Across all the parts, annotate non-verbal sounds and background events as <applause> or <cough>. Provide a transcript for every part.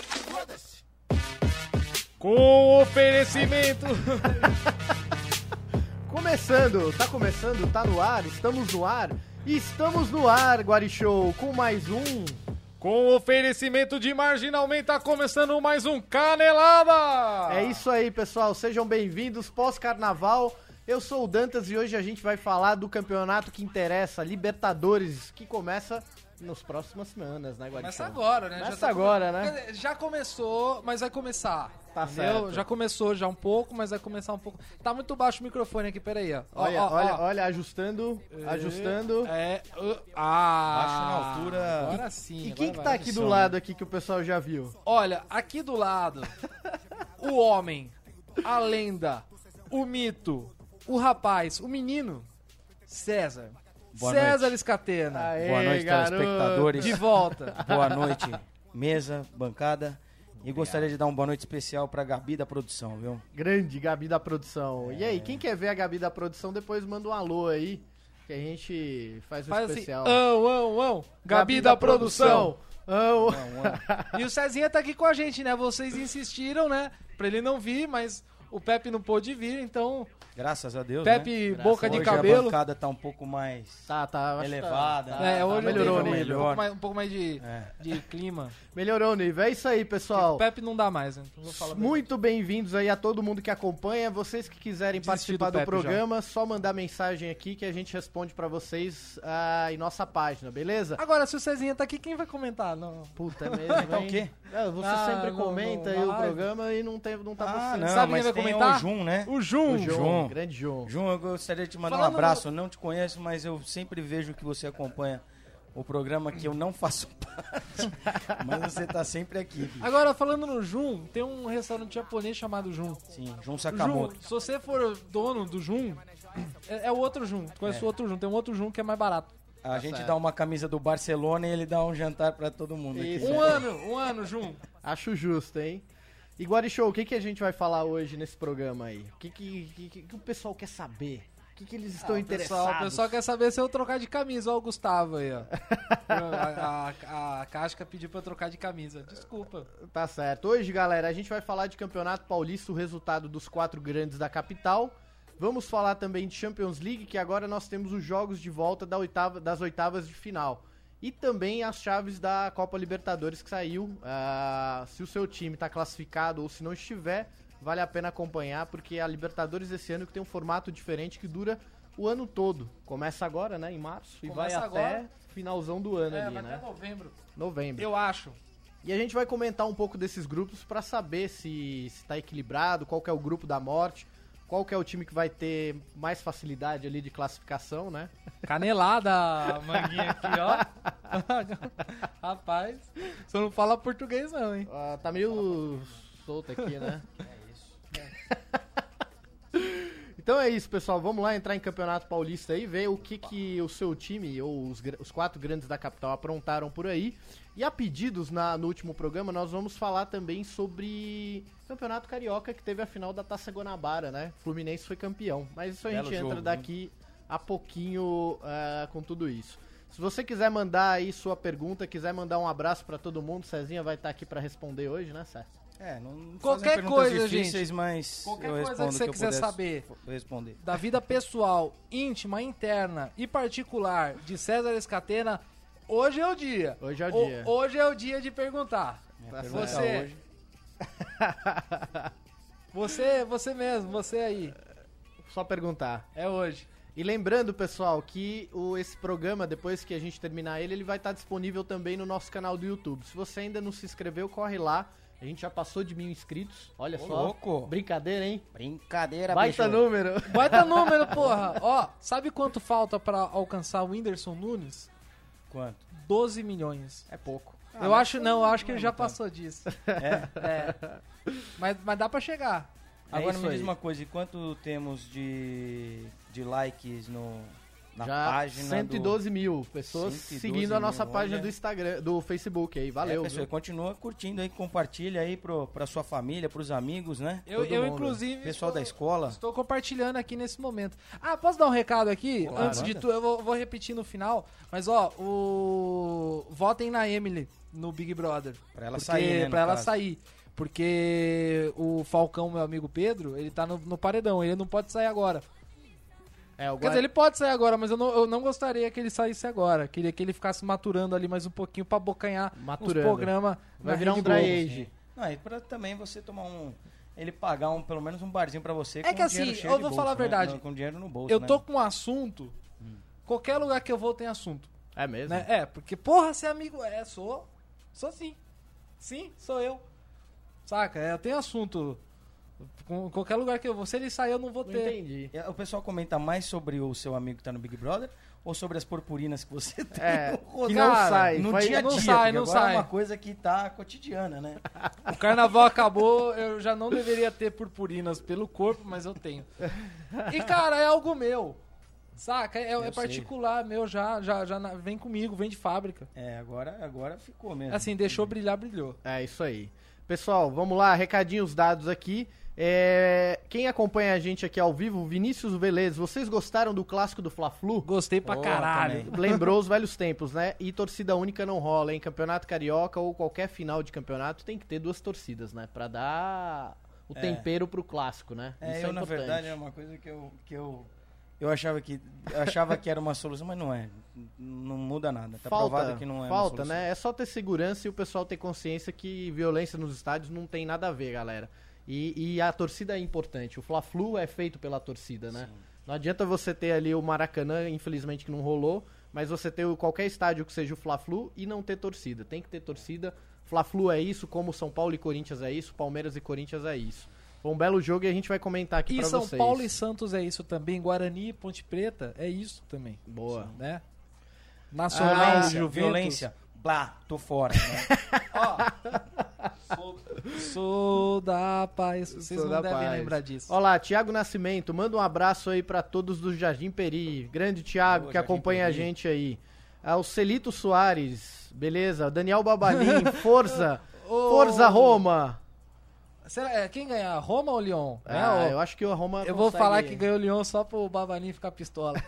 Foda-se! Com oferecimento. <laughs> Começando, tá começando, tá no ar, estamos no ar, estamos no ar, Guarichou, com mais um. Com oferecimento de Marginalmente, tá começando mais um Canelada! É isso aí, pessoal, sejam bem-vindos pós-carnaval. Eu sou o Dantas e hoje a gente vai falar do campeonato que interessa, Libertadores, que começa nas próximas semanas, né, Guarichou? Começa agora, né? Começa Já tá agora, come- né? Quer dizer, Já começou, mas vai começar. Tá entendeu? certo. Já começou já um pouco, mas vai começar um pouco. Tá muito baixo o microfone aqui, peraí, ó. Ó, Olha, ó, olha, ó. olha, ajustando, ajustando. É. uh, ah! Acho na altura- Agora sim. E agora quem que vai. né? tá aqui do lado aqui que o pessoal já viu? Olha, aqui do lado, o homem, a lenda, o mito, o rapaz, o menino, César. Boa César noite. Escatena. Aê, Boa noite, garoto. telespectadores. De volta. <laughs> Boa noite, mesa, bancada. E gostaria de dar uma boa noite especial pra Gabi da produção, viu? Grande Gabi da produção. E É. aí, quem quer ver a Gabi da produção, depois manda um alô aí, que a gente faz um Faz assim, especial. ão, ão, ão, Gabi da produção. Ão. E o Cezinha tá aqui com a gente, né? Vocês insistiram, né? Pra ele não vir, mas o Pepe não pôde vir, então Graças a Deus. Pepe, né? boca de Hoje cabelo. A bancada tá um pouco mais. Tá, tá. acho que Elevada, Tá, Ah, é, tá, hoje melhorou o teve um, nível. melhor. pouco mais, um pouco mais de, né? É. de clima. Melhorou o nível. É isso aí, pessoal. O Pepe não dá mais, né? Não vou falar mais. Muito bem-vindos aí a todo mundo que acompanha. Vocês que quiserem Desisti do participar do, Pepe programa, só mandar mensagem aqui que a gente responde pra vocês ah, em nossa página, beleza? Agora, se o Cezinha tá aqui, quem vai comentar? Não. Puta, é mesmo, <laughs> Então hein? o quê? É, você Ah, sempre não, comenta não, aí o live. programa e não, tem, não tá Ah, postando. não, Sabe quem mas vai tem comentar? o Jun, né? O Jun. O João, João. grande João. Jun, eu gostaria de te mandar Falando um abraço. Eu Não te conheço, mas eu sempre vejo que você acompanha o programa que eu não faço <laughs> parte. mas você tá sempre aqui, bicho. Agora, falando no Jun, tem um restaurante japonês chamado Jun. Sim, Jun Jun, Sakamoto. se você for dono do Jun, é, é o outro Jun. Tu conhece o outro Jun, tem um outro Jun que é mais barato. A gente certo. dá uma camisa do Barcelona e ele dá um jantar pra todo mundo aqui. Isso. Um ano, um ano, Jun. Acho justo, hein? E Guarichou, o que, que a gente vai falar hoje nesse programa aí? O que, que, que- que- que o pessoal quer saber? O que, que eles estão interessados? Pessoal, Ah, o pessoal quer saber se eu trocar de camisa. Olha o Gustavo aí, ó. a, a, a Casca pediu pra eu trocar de camisa. Desculpa. Tá certo. Hoje, galera, a gente vai falar de Campeonato Paulista, o resultado dos quatro grandes da capital. Vamos falar também de Champions League, que agora nós temos os jogos de volta da oitava- das oitavas de final. E também as chaves da Copa Libertadores que saiu. Ah, se o seu time está classificado ou se não estiver, vale a pena acompanhar, porque a Libertadores esse ano que tem um formato diferente que dura o ano todo. Começa agora, né, em março, e vai Começa até agora. finalzão do ano É, ali, vai né? até novembro. Novembro. Eu acho. E a gente vai comentar um pouco desses grupos pra saber se está equilibrado, qual que é o grupo da morte, qual que é o time que vai ter mais facilidade ali de classificação, né? Canelada, a manguinha aqui, ó. <laughs> Rapaz, você não fala português não, hein? Ah, tá meio solto aqui, né? <laughs> Então é isso, pessoal. Vamos lá entrar em Campeonato Paulista aí, ver o que, que o seu time ou os, gra- os quatro grandes da capital aprontaram por aí. E a pedidos na- no último programa, nós vamos falar também sobre Campeonato Carioca, que teve a final da Taça Guanabara, né? Fluminense foi campeão. Mas isso a Belo gente jogo, né? entra hein? daqui a pouquinho ah, com tudo isso. Se você quiser mandar aí sua pergunta, quiser mandar um abraço pra todo mundo, Cezinha vai estar aqui pra responder hoje, né, Cé? É, não- não Qualquer fazem perguntas coisa, difíceis, mas Qualquer eu coisa respondo que você o eu quiser puder saber. responder. Da vida pessoal, íntima, interna e particular de César Escatena, hoje é o dia. Hoje é o Ho- dia. Hoje é o dia de perguntar. Minha Tá pergunta Você, hoje, <laughs> você, você mesmo, você aí. Só perguntar. É hoje. E lembrando, pessoal, que o, esse programa, depois que a gente terminar ele, ele vai estar disponível também no nosso canal do YouTube. Se você ainda não se inscreveu, corre lá. A gente já passou de mil inscritos. Olha Ô, só. louco. Brincadeira, hein? brincadeira, Baita bicho. número. Bota número, porra. Ó, sabe quanto falta pra alcançar o Whindersson Nunes? <laughs> Quanto? 12 milhões. É pouco. eu acho, não, eu acho que ele já passou disso. É. É. Mas, mas dá pra chegar. Agora isso me diz aí. uma coisa, e quanto temos de, de likes no, na Já página. 112 mil pessoas 112 seguindo a nossa mil, página olha. do Instagram, do Facebook aí. do... Valeu. É, pessoal, viu? continua curtindo aí, compartilha aí pro, pra sua família, pros amigos, né? Eu, Todo eu mundo. inclusive. Pessoal estou- da escola. Estou compartilhando aqui nesse momento. Ah, posso dar um recado aqui? Claro. Antes de tudo, eu vou, vou repetir no final. Mas, ó, o. Votem na Emily no Big Brother. Pra ela Porque- sair, né, no Pra ela caso. sair. Porque o Falcão, meu amigo Pedro, ele tá no, no paredão. Ele não pode sair agora. É, o Quer Guar... dizer, ele pode sair agora, mas eu não, eu não gostaria que ele saísse agora. Queria que ele ficasse maturando ali mais um pouquinho pra bocanhar Maturando. os programas. Vai na virar Rede um dry Globo. age. Não, e pra também você tomar um. Ele pagar um, pelo menos um barzinho pra você. que assim, dinheiro cheio eu de vou bolso, falar a né? verdade. Não, Com dinheiro no bolso. Eu né? Hum. tô com um assunto. Qualquer lugar que eu vou tem assunto. é mesmo? né? É, porque, porra, ser amigo. É, sou. Sou sim. Sim, sou eu. Saca? É, eu tenho assunto. Com qualquer lugar que eu vou. Se ele sair, eu não vou Não ter. entendi. E É, O pessoal comenta mais sobre o seu amigo que tá no Big Brother ou sobre as purpurinas que você <laughs> tem É, no rosto? que não Cara, sai, No vai- dia a dia, não porque sai, não agora sai. é uma coisa que tá cotidiana, né? O carnaval acabou, eu já não deveria ter purpurinas pelo corpo, mas eu tenho. E, cara, é algo meu. Saca? É, é Eu particular meu, já, já, já na- vem comigo, vem de fábrica. É, agora, agora ficou mesmo. Assim, deixou brilhar, brilhou. É isso aí. Pessoal, vamos lá, recadinhos dados aqui. É, Quem acompanha a gente aqui ao vivo, Vinícius Velez, vocês gostaram do clássico do Fla-Flu? Gostei pra Boa caralho. também. Lembrou os velhos tempos, né? E torcida única não rola, hein? Campeonato carioca ou qualquer final de campeonato tem que ter duas torcidas, né? Pra dar o É. tempero pro clássico, né? É, eu, na verdade, é uma coisa que eu, que eu, eu achava que eu achava que era uma solução, mas não é. N- Não muda nada. Tá falta, provado que não é. uma falta, solução. né? É só ter segurança e o pessoal ter consciência que violência nos estádios não tem nada a ver, galera. E, e a torcida é importante. O Fla-Flu é feito pela torcida, né? Não adianta você ter ali o Maracanã, infelizmente que não rolou, mas você ter o- qualquer estádio que seja o Fla-Flu e não ter torcida. Tem que ter torcida. Fla-Flu é isso, como São Paulo e Corinthians é isso, Palmeiras e Corinthians é isso. Foi um belo jogo e a gente vai comentar aqui E pra São vocês. Paulo e Santos é isso também. Guarani e Ponte Preta é isso também. Boa. Né? Ah, Nacional, Violência, Juventus. Ah, violência. Blá, tô fora. <laughs> Né? Sou da paz. Vocês Sou não da devem paz. lembrar disso. Olá, Tiago Nascimento, manda um abraço aí pra todos do Jardim Peri. Grande Tiago Boa, que Jardim acompanha Peri. a gente aí. Ah, o Celito Soares, beleza? Daniel Babalim, força! Ô, Força Roma! Será, é, quem ganhar? Roma ou Lyon? Ah, Né? Ô, eu acho que o Roma. eu vou consegue- falar que ganhou o Lyon só pro Babalinho ficar <laughs> pistola.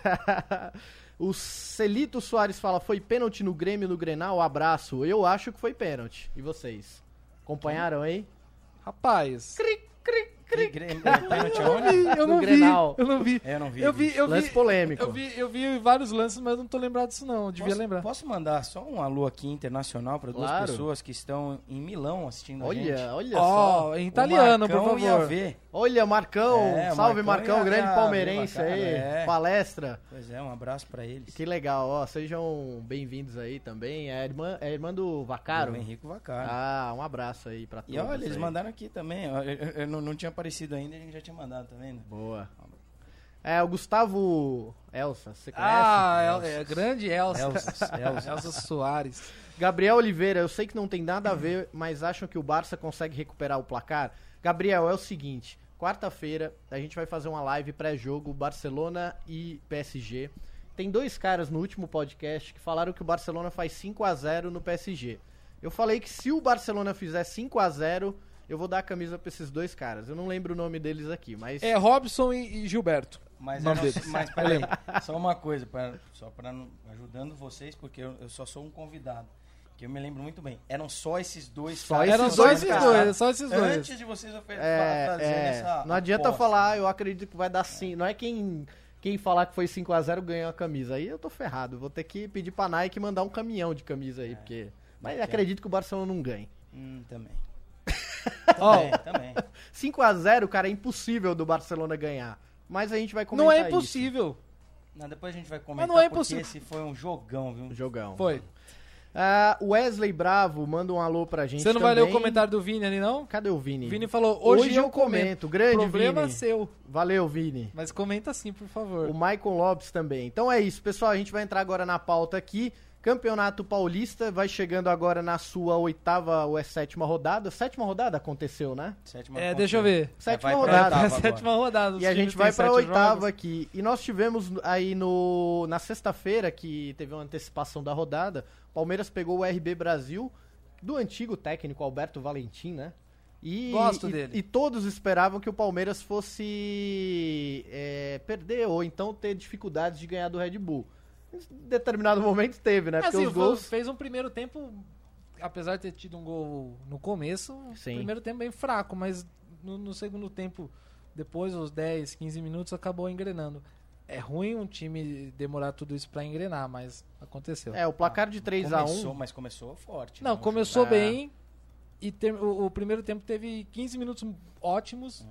o Celito Soares fala: foi pênalti no Grêmio no Grenal? Abraço. Eu acho que foi pênalti. E vocês? Acompanharam aí? Rapaz, Que Grêmio- é pênalti aonde? eu No não vi, Grenal. eu não vi. É, eu não vi. Eu vi, eu Lance vi, polêmico. eu vi, eu vi vários lances, mas não tô lembrado disso não. Eu devia posso, lembrar. Posso mandar só um alô aqui internacional para duas Claro. pessoas que estão em Milão assistindo a gente? Olha, olha só. Ó, em italiano, o Marcão por E a favor. v. Olha, Marcão. É, o Salve, Marcão, Marcão ia- grande ia- palmeirense ia- aí. é. Palestra. Pois é, um abraço para eles. Que legal, ó, sejam bem-vindos aí também. É a irmã, é a irmã do Vacaro. O Henrique Vacaro. Ah, um abraço aí pra todos. E olha, eles aí. mandaram aqui também. ó, Eu, eu- eu não, não tinha aparecido ainda, a gente já tinha mandado também, né? Boa. É, o Gustavo Elsa, você conhece? Ah, é, é grande Elsa. Elzas, É <laughs> Elzas. Elsa Soares. Gabriel Oliveira, eu sei que não tem nada a ver, mas acham que o Barça consegue recuperar o placar? Gabriel, é o seguinte, quarta-feira a gente vai fazer uma live pré-jogo Barcelona e PSG. Tem dois caras no último podcast que falaram que o Barcelona faz 5 a 0 no PSG. Eu falei que se o Barcelona fizer 5 a 0, eu vou dar a camisa pra esses dois caras. Eu não lembro o nome deles aqui, mas É Robson e, e Gilberto. Mas, Nome eu não- deles. mas peraí, só uma coisa, pra- só para ajudando vocês, porque eu, eu só sou um convidado. Que eu me lembro muito bem. Eram só esses dois Só caras Eram que esses só estavam dois, esses cara. interessados. dois, é só esses dois. Antes de vocês oferecerem É, é, essa. não adianta aposta. né? falar, eu acredito que vai dar sim. Não é quem, quem falar que foi 5 a 0 ganhou a camisa. Aí eu tô ferrado. Vou ter que pedir pra Nike mandar um caminhão de camisa É. aí, porque. Mas Bacana. acredito que o Barcelona não ganhe. Hum, também. <laughs> Ó, Também, também. 5 a 0 cara, é impossível do Barcelona ganhar. Mas a gente vai comentar não é isso. impossível. Não, depois a gente vai comentar não é porque impossível. esse foi um jogão, viu? Jogão. Foi. Ah, Wesley Bravo manda um alô pra gente. Você não vai ler também. o comentário do Vini ali, não? Cadê o Vini? O Vini falou, hoje, eu comento. Grande Problema é Vini. seu. Valeu, Vini. Mas comenta sim, por favor. O Michael Lopes também. Então é isso, pessoal. A gente vai entrar agora na pauta aqui. Campeonato Paulista vai chegando agora na sua oitava ou é sétima rodada. Sétima rodada aconteceu, né? Sétima É, conta. deixa eu ver. Sétima vai pra rodada. oitava É a agora. sétima rodada. os E a times gente têm vai pra sete oitava jogos. aqui. E nós tivemos aí no, na sexta-feira, que teve uma antecipação da rodada, Palmeiras pegou o RB Brasil, do antigo técnico Alberto Valentim, né? E, Gosto e- dele. E todos esperavam que o Palmeiras fosse é, perder ou então ter dificuldades de ganhar do Red Bull. Em determinado momento teve, né? Porque Assim, os foi- gols... fez um primeiro tempo, apesar de ter tido um gol no começo, um Sim. primeiro tempo bem fraco, mas no, no segundo tempo, depois os 10, 15 minutos, acabou engrenando. É ruim um time demorar tudo isso pra engrenar, mas aconteceu. É, o placar Ah, de 3 a 1 Começou, mas começou forte. um. Não, né? começou Ah. bem e ter- o, o primeiro tempo teve 15 minutos ótimos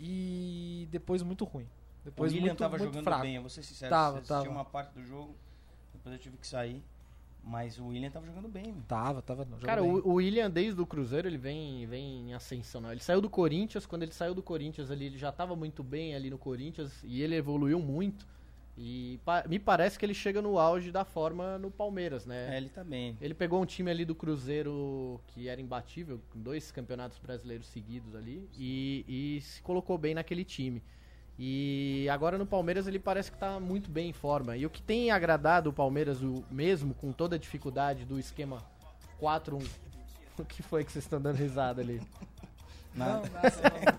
e depois muito ruim. É. O Depois William muito, tava muito jogando fraco. bem, eu vou ser sincero. Tava, assisti tava. uma parte do jogo, depois eu tive que sair. Mas o William tava jogando bem, meu. Tava, tava. jogando Cara, bem. o, o William, desde o Cruzeiro, ele vem, vem em ascensão. Né? Ele saiu do Corinthians, quando ele saiu do Corinthians ali, ele já estava muito bem ali no Corinthians e ele evoluiu muito. E pa- me parece que ele chega no auge da forma no Palmeiras, É, né? ele tá bem. Ele pegou um time ali do Cruzeiro que era imbatível, com dois campeonatos brasileiros seguidos ali, e, e se colocou bem naquele time. E agora no Palmeiras ele parece que tá muito bem em forma. E o que tem agradado o Palmeiras, o mesmo com toda a dificuldade do esquema 4-1. <laughs> O que foi que vocês estão dando risada ali? Na-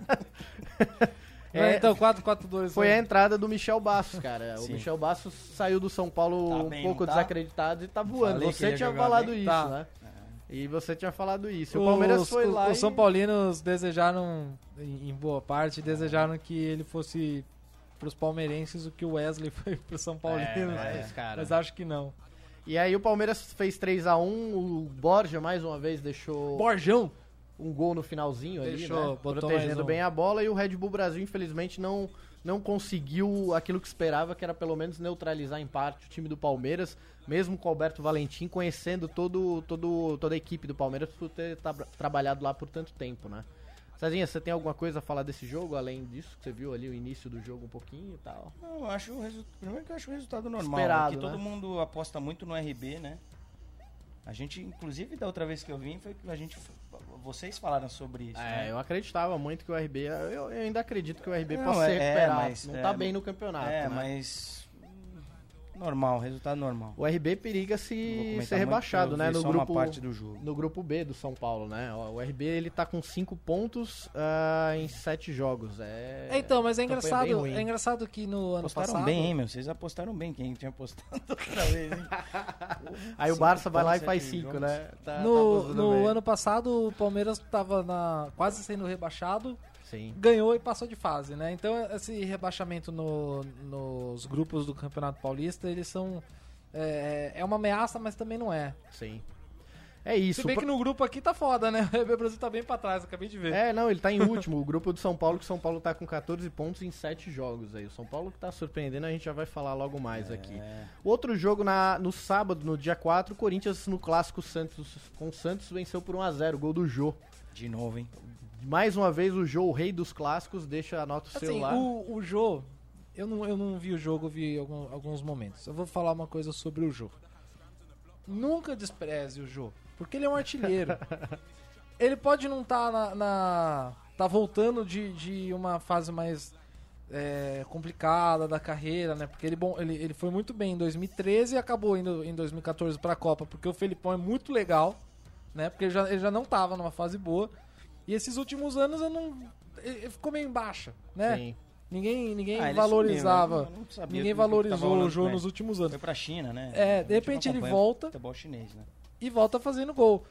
<laughs> É, É, então, 4, 4, 2. Foi a entrada do Michel Bastos, cara. O Sim. Michel Bastos saiu do São Paulo Tá um bem, pouco não tá? desacreditado e tá voando. Falei que ele Você ia tinha jogar falado bem. isso, Tá. né? E você tinha falado isso. E o Palmeiras os, foi os- lá Os São e- É, Paulinos desejaram, em em boa parte, É. desejaram que ele fosse pros palmeirenses o que o Wesley <laughs> foi pro São Paulino. É, mas, cara. Mas acho que não. E aí o Palmeiras fez 3 a 1 o Borja mais uma vez deixou Borjão! um gol no finalzinho ali, Deixou, né? botou mais protegendo um. bem a bola e o Red Bull Brasil infelizmente não não conseguiu aquilo que esperava, que era pelo menos neutralizar em parte o time do Palmeiras, mesmo com o Alberto Valentim conhecendo todo, todo toda a equipe do Palmeiras por ter tra- trabalhado lá por tanto tempo, né? Cezinha, você tem alguma coisa a falar desse jogo, além disso, que você viu ali o início do jogo um pouquinho e tal? Não, eu acho o resu- Primeiro que eu acho o resultado normal. Esperado, que todo né? mundo aposta muito no RB, né? A gente, inclusive, da outra vez que eu vim, foi que a gente. Vocês falaram sobre isso. né? É, eu acreditava muito que o RB. Eu, eu ainda acredito que o RB Não, possa se é- é, recuperar. mas- não é, tá mas- bem no campeonato. É, né? mas. hum, Normal, resultado normal. O RB periga Não vou se comentar ser muito, rebaixado, eu né? vi No só grupo, uma parte do jogo. no grupo B do São Paulo, né? Ó, O RB ele tá com 5 pontos ah, em 7 jogos. É... É, então, mas é campanha engraçado, bem ruim. é engraçado que no ano Apostaram passado. bem, hein, meu? Vocês apostaram bem quem tinha apostado <laughs> outra vez, hein? Aí o Cinco Barça vai lá e pontos, faz sete 5, jogos. né? Tá- tá então, No, apostando no bem. ano passado, o Palmeiras estava na, quase sendo rebaixado, Sim. ganhou e passou de fase, né? Então, esse rebaixamento no- nos grupos do Campeonato Paulista, eles são. É, é uma ameaça, mas também não é. Sim. É isso. Se bem pra- que no grupo aqui tá foda, né? <laughs> O RB Brasil tá bem pra trás, acabei de ver. É, não, ele tá em último. O grupo do São Paulo, que o São Paulo tá com 14 pontos em 7 jogos aí. O São Paulo que tá surpreendendo, a gente já vai falar logo mais É. aqui. Outro jogo na, no sábado, no dia 4, o Corinthians no clássico Santos com o Santos venceu por 1 a 0 gol do Jô. De novo, hein? Mais uma vez o Jô, o rei dos clássicos, deixa anota o Assim, celular. o, o Jô, eu não, eu não vi o jogo, eu vi algum- alguns momentos. Eu vou falar uma coisa sobre o Jô. Nunca despreze o Jô, porque ele é um <laughs> artilheiro. ele pode não estar na, na- tá voltando de, de uma fase mais é, complicada da carreira, né? Porque ele, bom, ele, ele foi muito bem em 2013 e acabou indo em 2014 pra Copa, porque o Felipão é muito legal, né? Porque ele já, ele já não tava numa fase boa. E esses últimos anos eu não. Ele ele ficou meio em baixa, né? Sim. Ninguém, ninguém Ah, ele valorizava. sumiu, né? Eu não sabia ninguém que- que tava valorizou o rolando jogo com ele. nos últimos anos. Foi pra China, né? É, de A gente repente ele acompanha volta. Futebol chinês, né? E volta fazendo gol.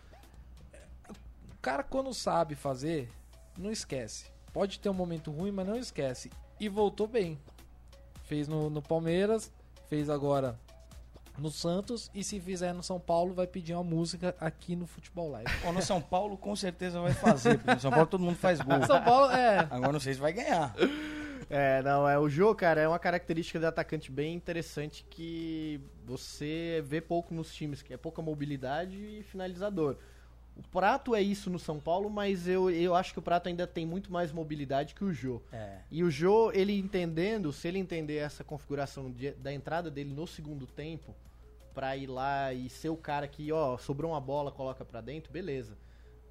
O cara, quando sabe fazer, não esquece. Pode ter um momento ruim, mas não esquece. E voltou bem. Fez no, no Palmeiras, fez agora no Santos. E se fizer no São Paulo, vai pedir uma música aqui no Futebol Live. Bom, no São Paulo com certeza vai fazer, porque no São Paulo todo mundo faz gol. <laughs> São Paulo, é. Agora não sei se vai ganhar. É, não, é o Jô, cara, é uma característica do atacante bem interessante que você vê pouco nos times, que é pouca mobilidade e finalizador. O Prato é isso no São Paulo, mas eu, eu acho que o Prato ainda tem muito mais mobilidade que o Jô. É. E o Jô, ele entendendo, se ele entender essa configuração de- da entrada dele no segundo tempo, pra ir lá e ser o cara que, ó, sobrou uma bola, coloca pra dentro, beleza.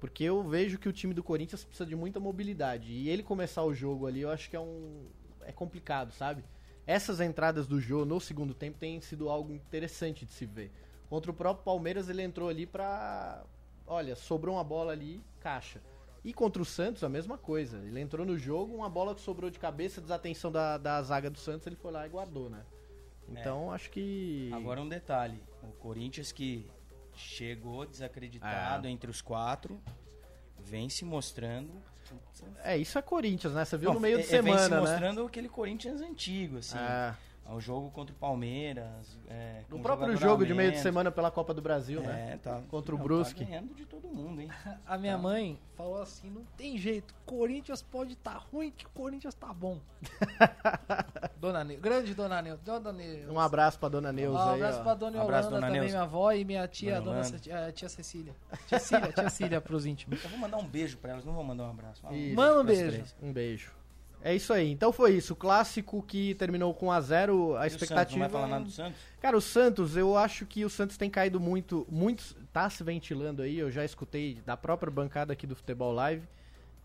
Porque eu vejo que o time do Corinthians precisa de muita mobilidade. E ele começar o jogo ali, eu acho que é um. é complicado, sabe? Essas entradas do jogo no segundo tempo têm sido algo interessante de se ver. Contra o próprio Palmeiras, ele entrou ali pra. Olha, sobrou uma bola ali, caixa. E contra o Santos, a mesma coisa. Ele entrou no jogo, uma bola que sobrou de cabeça, desatenção da, da zaga do Santos, ele foi lá e guardou, né? Então acho que. Agora um detalhe: o Corinthians que chegou desacreditado entre os quatro, vem se mostrando. É, isso é Corinthians, né? Você viu Não, no meio é- de é, semana, Vem se né? mostrando aquele Corinthians antigo, assim. Ah, O jogo contra o Palmeiras. É, com no próprio jogador a jogo de meio de menos. semana pela Copa do Brasil, né? É, tá. Contra o Não, Brusque. Tá ganhando de todo mundo, hein? A minha mãe falou assim: não tem jeito, Corinthians pode estar ruim, que Corinthians tá <laughs> bom. dona Neu, grande Dona Neu, Dona Neu. Um abraço pra dona Neuza um aí. abraço ó. pra Dona Yolanda É. Abraço, dona também, Neuza. minha avó, e minha tia, Dona dona Yolanda. Ce- eh, tia Cecília. Tia Cília, tia Cília pros íntimos. Eu vou mandar um beijo pra elas, não vou mandar um abraço. Fala Isso. Manda um pras beijo. três. Um beijo. É isso aí. Então foi isso. O clássico que terminou com 1 a 0 a E o expectativa. Santos, não vai falar nada do Santos? Cara, o Santos, eu acho que o Santos tem caído muito, muito tá se ventilando aí, eu já escutei da própria bancada aqui do Futebol Live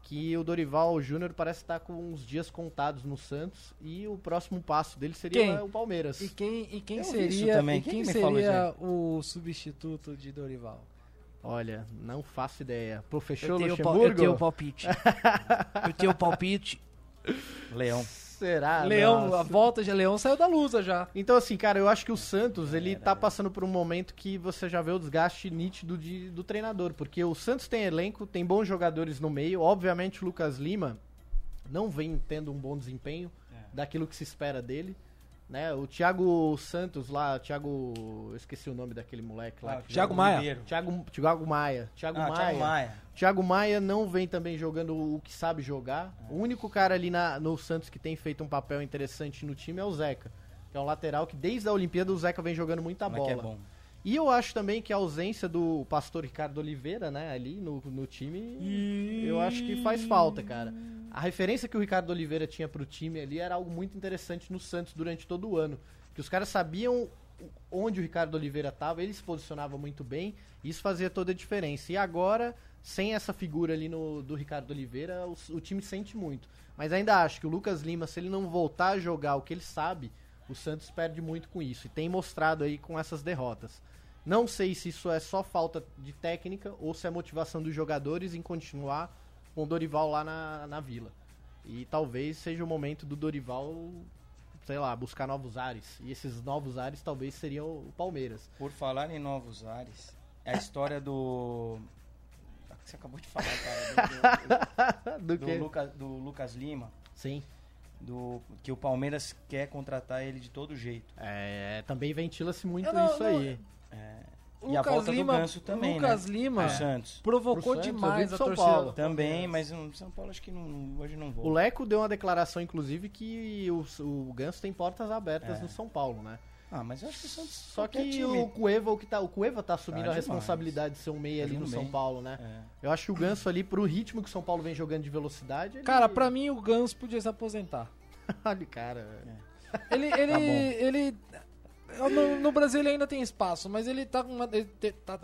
que o Dorival Júnior parece estar com uns dias contados no Santos e o próximo passo dele seria Quem? o Palmeiras. E quem, e quem Eu vi isso seria, também. e Quem quem que me falou seria o substituto de Dorival? Olha, não faço ideia. Pô, Eu fechou tenho, pa- eu Luxemburgo? tenho palpite. eu tenho palpite. Leão. Será? Leão, Nossa. a volta de Leão saiu da lusa já. Então, assim, cara, eu acho que o Santos, ele tá passando por um momento que você já vê o desgaste nítido de- do treinador, porque o Santos tem elenco, tem bons jogadores no meio, obviamente o Lucas Lima não vem tendo um bom desempenho É. daquilo que se espera dele, né? O Thiago Santos lá, o Thiago, eu esqueci o nome daquele moleque lá. Ah, Thiago Maia. Ribeiro. Ah, Thiago, Thiago Maia. Thiago Ah, Maia. Thiago Maia. Thiago Maia não vem também jogando o que sabe jogar. É. O único cara ali na- no Santos que tem feito um papel interessante no time é o Zeca. Que é um lateral que desde a Olimpíada o Zeca vem jogando muita Mas Tá bola. que é bom. E eu acho também que a ausência do pastor Ricardo Oliveira, né, ali no, no time, eu acho que faz falta, cara. A referência que o Ricardo Oliveira tinha pro time ali era algo muito interessante no Santos durante todo o ano. Que os caras sabiam onde o Ricardo Oliveira tava, ele se posicionava muito bem, e isso fazia toda a diferença. E agora, sem essa figura ali no, do Ricardo Oliveira, o, o time sente muito. Mas ainda acho que o Lucas Lima, se ele não voltar a jogar o que ele sabe, o Santos perde muito com isso. E tem mostrado aí com essas derrotas. Não sei se isso é só falta de técnica ou se é motivação dos jogadores em continuar com o Dorival lá na, na vila. E talvez seja o momento do Dorival, sei lá, buscar novos ares. E esses novos ares talvez seriam o Palmeiras. Por falar em Novos Ares, é a história do... Ah, Você acabou de falar, cara. <laughs> do- do <laughs> do, quê? Lucas, do Lucas Lima, Sim. do que o Palmeiras quer contratar ele de todo jeito. É, também ventila-se muito Eu não- isso não- aí. E a volta do Ganso também, Lucas né? Lima É, O Santos. provocou Pro Santos, eu vi demais pro a São torcida. Paulo. Também, mas o São Paulo acho que não- hoje não É. O vou. Leco deu uma declaração, inclusive, que o, o Ganso tem portas abertas É. no São Paulo, né? Ah, mas eu acho que o Santos. Só qualquer que time- o Cueva, o que tá, o Cueva tá assumindo Tá a demais. responsabilidade de ser um meia Tá ali no jogando São bem. Paulo, né? É. Eu acho que o Ganso ali, pro ritmo que o São Paulo vem jogando de velocidade, ele... Cara, <laughs> pra mim o Ganso podia se aposentar. Olha, cara... Ele. ele, Tá bom. ele eu não- no Brasil ele ainda tem espaço, mas ele tá com uma. ele te- tá,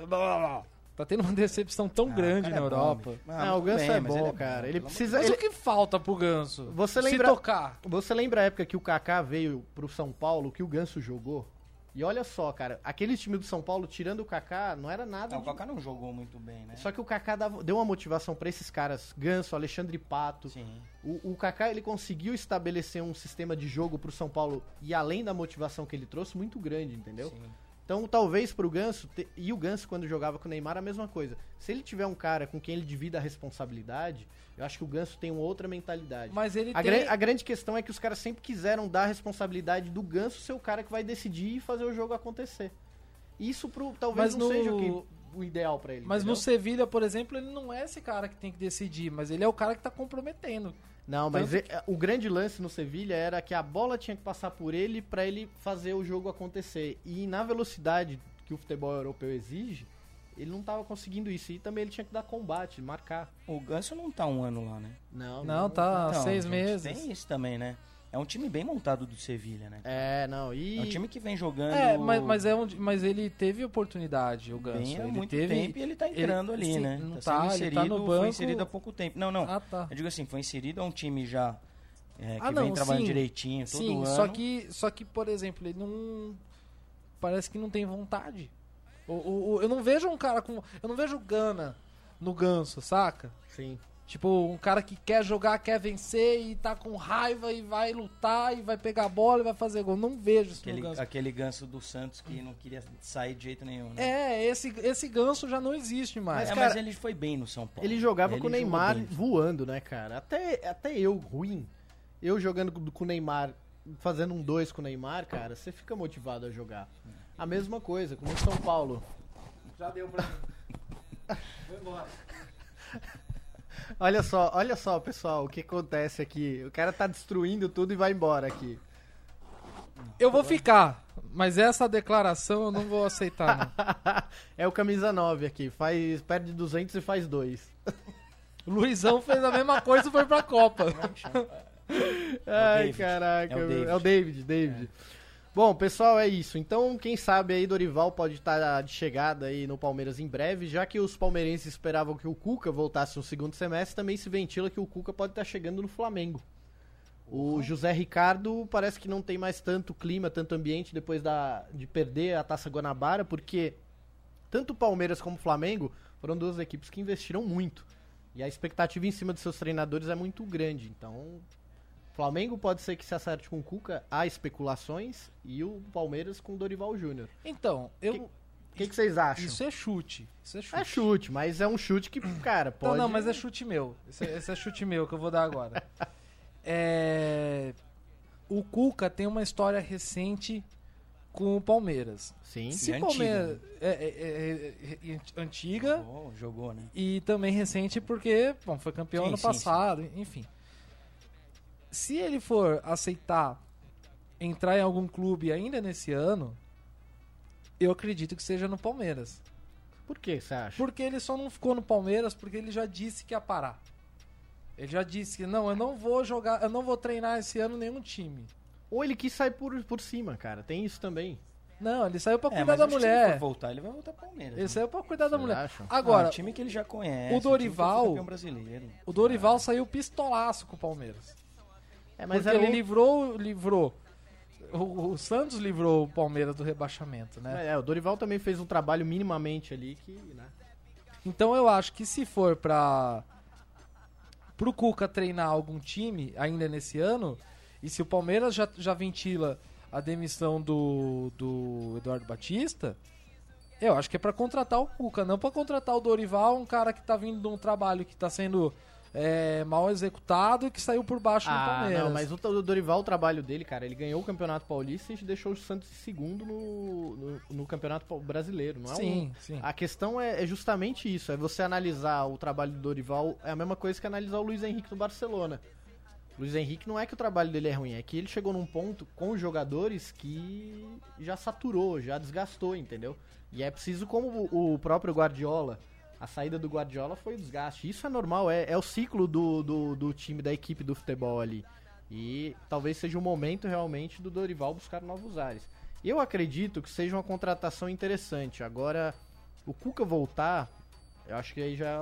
tá tendo uma decepção tão Ah, grande cara na é bom, Europa. bicho. Não, Ah, o muito Ganso bem, é mas bom, cara. Ele pelo precisa... mas ele- o que falta pro Ganso? Você Se lembra- tocar. Você lembra a época que o Kaká veio pro São Paulo, que o Ganso jogou? E olha só, cara, aquele time do São Paulo, tirando o Kaká, não era amor de- Ah, nada... o de- Kaká não jogou muito bem, né? Só que o Kaká dava- deu uma motivação pra esses caras, Ganso, Alexandre Pato, Sim. O, o Kaká ele conseguiu estabelecer um sistema de jogo pro São Paulo e além da motivação que ele trouxe muito grande, entendeu? sim. Então talvez pro Ganso te- e o Ganso quando jogava com o Neymar a mesma coisa. Se ele tiver um cara com quem ele divida a responsabilidade, eu acho que o Ganso tem uma outra mentalidade. Mas ele a, tem. gran- a grande questão é que os caras sempre quiseram dar a responsabilidade do Ganso ser o cara que vai decidir e fazer o jogo acontecer. Isso pro talvez Mas não no- seja o, que- o ideal pra ele. Mas no entendeu? Sevilha, por exemplo, ele não é esse cara que tem que decidir, mas ele é o cara que tá comprometendo. Não, mas Tanto e- o grande lance no Sevilha era que a bola tinha que passar por ele pra ele fazer o jogo acontecer. E na velocidade que o futebol europeu exige, ele não tava conseguindo isso. E também ele tinha que dar combate, marcar. O Ganso não tá um ano lá, né? Não, Não, tá há Então, seis gente, meses. Tem isso também, né? É um time bem montado do Sevilha, né? É, não, e... É um time que vem jogando. É, mas, mas, é onde, mas ele teve oportunidade, o Ganso. bem há ele muito teve... tempo e ele tá ele- entrando ali, sim, né? não sendo tá, ele tá no foi banco- inserido há pouco tempo. Não, não. Ah, tá. Eu digo assim, foi inserido a um time já é, que Ah, não, vem trabalhando sim. direitinho todo Sim, ano. só que, só que, por exemplo, ele não. Parece que não tem vontade. O, o- o- eu não vejo um cara com. Eu não vejo gana no ganso, saca? Sim. Tipo, um cara que quer jogar, quer vencer e tá com raiva e vai lutar e vai pegar a bola e vai fazer gol. Não vejo isso Aquele, né? no ganso. aquele ganso do Santos que não queria sair de jeito nenhum, né? É, esse, esse ganso já não existe mais. Mas, cara, mas ele foi bem no São Paulo. Ele jogava Ele com o jogou Neymar bem. voando, né, cara? Até, até eu, ruim, eu jogando com- com o Neymar, fazendo um 2 com o Neymar, cara, você fica motivado a jogar. A mesma coisa, como o São Paulo. Já deu pra mim. Olha só, olha só, pessoal, o que acontece aqui. O cara tá destruindo tudo e vai embora aqui. Eu vou ficar, mas essa declaração eu não vou aceitar, não. é o camisa 9 aqui, faz, perde 200 e faz 2. Luizão fez a mesma coisa e foi pra Copa. Ai, É David. caraca. É o David. É. É o David, David. Bom, pessoal, é isso. Então, quem sabe aí Dorival pode estar de chegada aí no Palmeiras em breve, já que os palmeirenses esperavam que o Cuca voltasse no segundo semestre, também se ventila que o Cuca pode estar chegando no Flamengo. O José Ricardo parece que não tem mais tanto clima, tanto ambiente depois da, de perder a Taça Guanabara, porque tanto o Palmeiras como o Flamengo foram duas equipes que investiram muito. E a expectativa em cima dos seus treinadores é muito grande. Então, Flamengo pode ser que se acerte com o Cuca, há especulações, e o Palmeiras com o Dorival Júnior. Então, eu. O que, que vocês acham? Isso é chute. Isso é chute. É chute, mas é um chute que, cara, pode... Não, não, mas é chute meu. Esse, é- esse é chute meu que eu vou dar agora. É, O Cuca tem uma história recente com o Palmeiras. Sim, Se E o antiga, Palmeiras é, é- é- é- é antiga Jogou, jogou, né? e também recente porque bom, foi campeão Sim, ano sim, passado, enfim. Se ele for aceitar entrar em algum clube ainda nesse ano, eu acredito que seja no Palmeiras. por que você acha? Porque ele só não ficou no Palmeiras porque ele já disse que ia parar. Ele já disse que não, eu não vou jogar, eu não vou treinar esse ano nenhum time. Ou ele quis sair por, por cima, cara, tem isso também. Não, ele saiu pra É, cuidar mas da acho que se ele for mulher. voltar, ele vai voltar pro Palmeiras. Ele né? saiu pra cuidar da Vocês mulher. acham? Agora, Ah, um time né? que ele já conhece. o um time que foi Dorival- campeão brasileiro. o Dorival saiu pistolaço com o Palmeiras. É, Mas mas porque era ele livrou, outro- livrou. O, o Santos livrou o Palmeiras do rebaixamento, né? É, o Dorival também fez um trabalho minimamente ali que, né? Então eu acho que se for pra. pro Cuca treinar algum time ainda nesse ano, e se o Palmeiras já, já ventila a demissão do, do Eduardo Batista, eu acho que é pra contratar o Cuca, não pra contratar o Dorival, um cara que tá vindo de um trabalho que tá sendo é, mal executado e que saiu por baixo do Ah, Palmeiras. não, mas o, o Dorival, o trabalho dele, cara, ele ganhou o Campeonato Paulista e deixou o Santos em segundo no, no, no Campeonato Pau- Brasileiro, não é um- Sim, sim. A questão é, é justamente isso, é você analisar o trabalho do Dorival, é a mesma coisa que analisar o Luiz Henrique no Barcelona. Luiz Henrique não é que o trabalho dele é ruim, é que ele chegou num ponto com os jogadores que já saturou, já desgastou, entendeu? E é preciso, como o o próprio Guardiola, a saída do Guardiola foi o desgaste. Isso é normal, é, é o ciclo do, do, do time, da equipe do futebol ali. E talvez seja o momento realmente do Dorival buscar novos ares. Eu acredito que seja uma contratação interessante. Agora, o Cuca voltar, eu acho que aí já,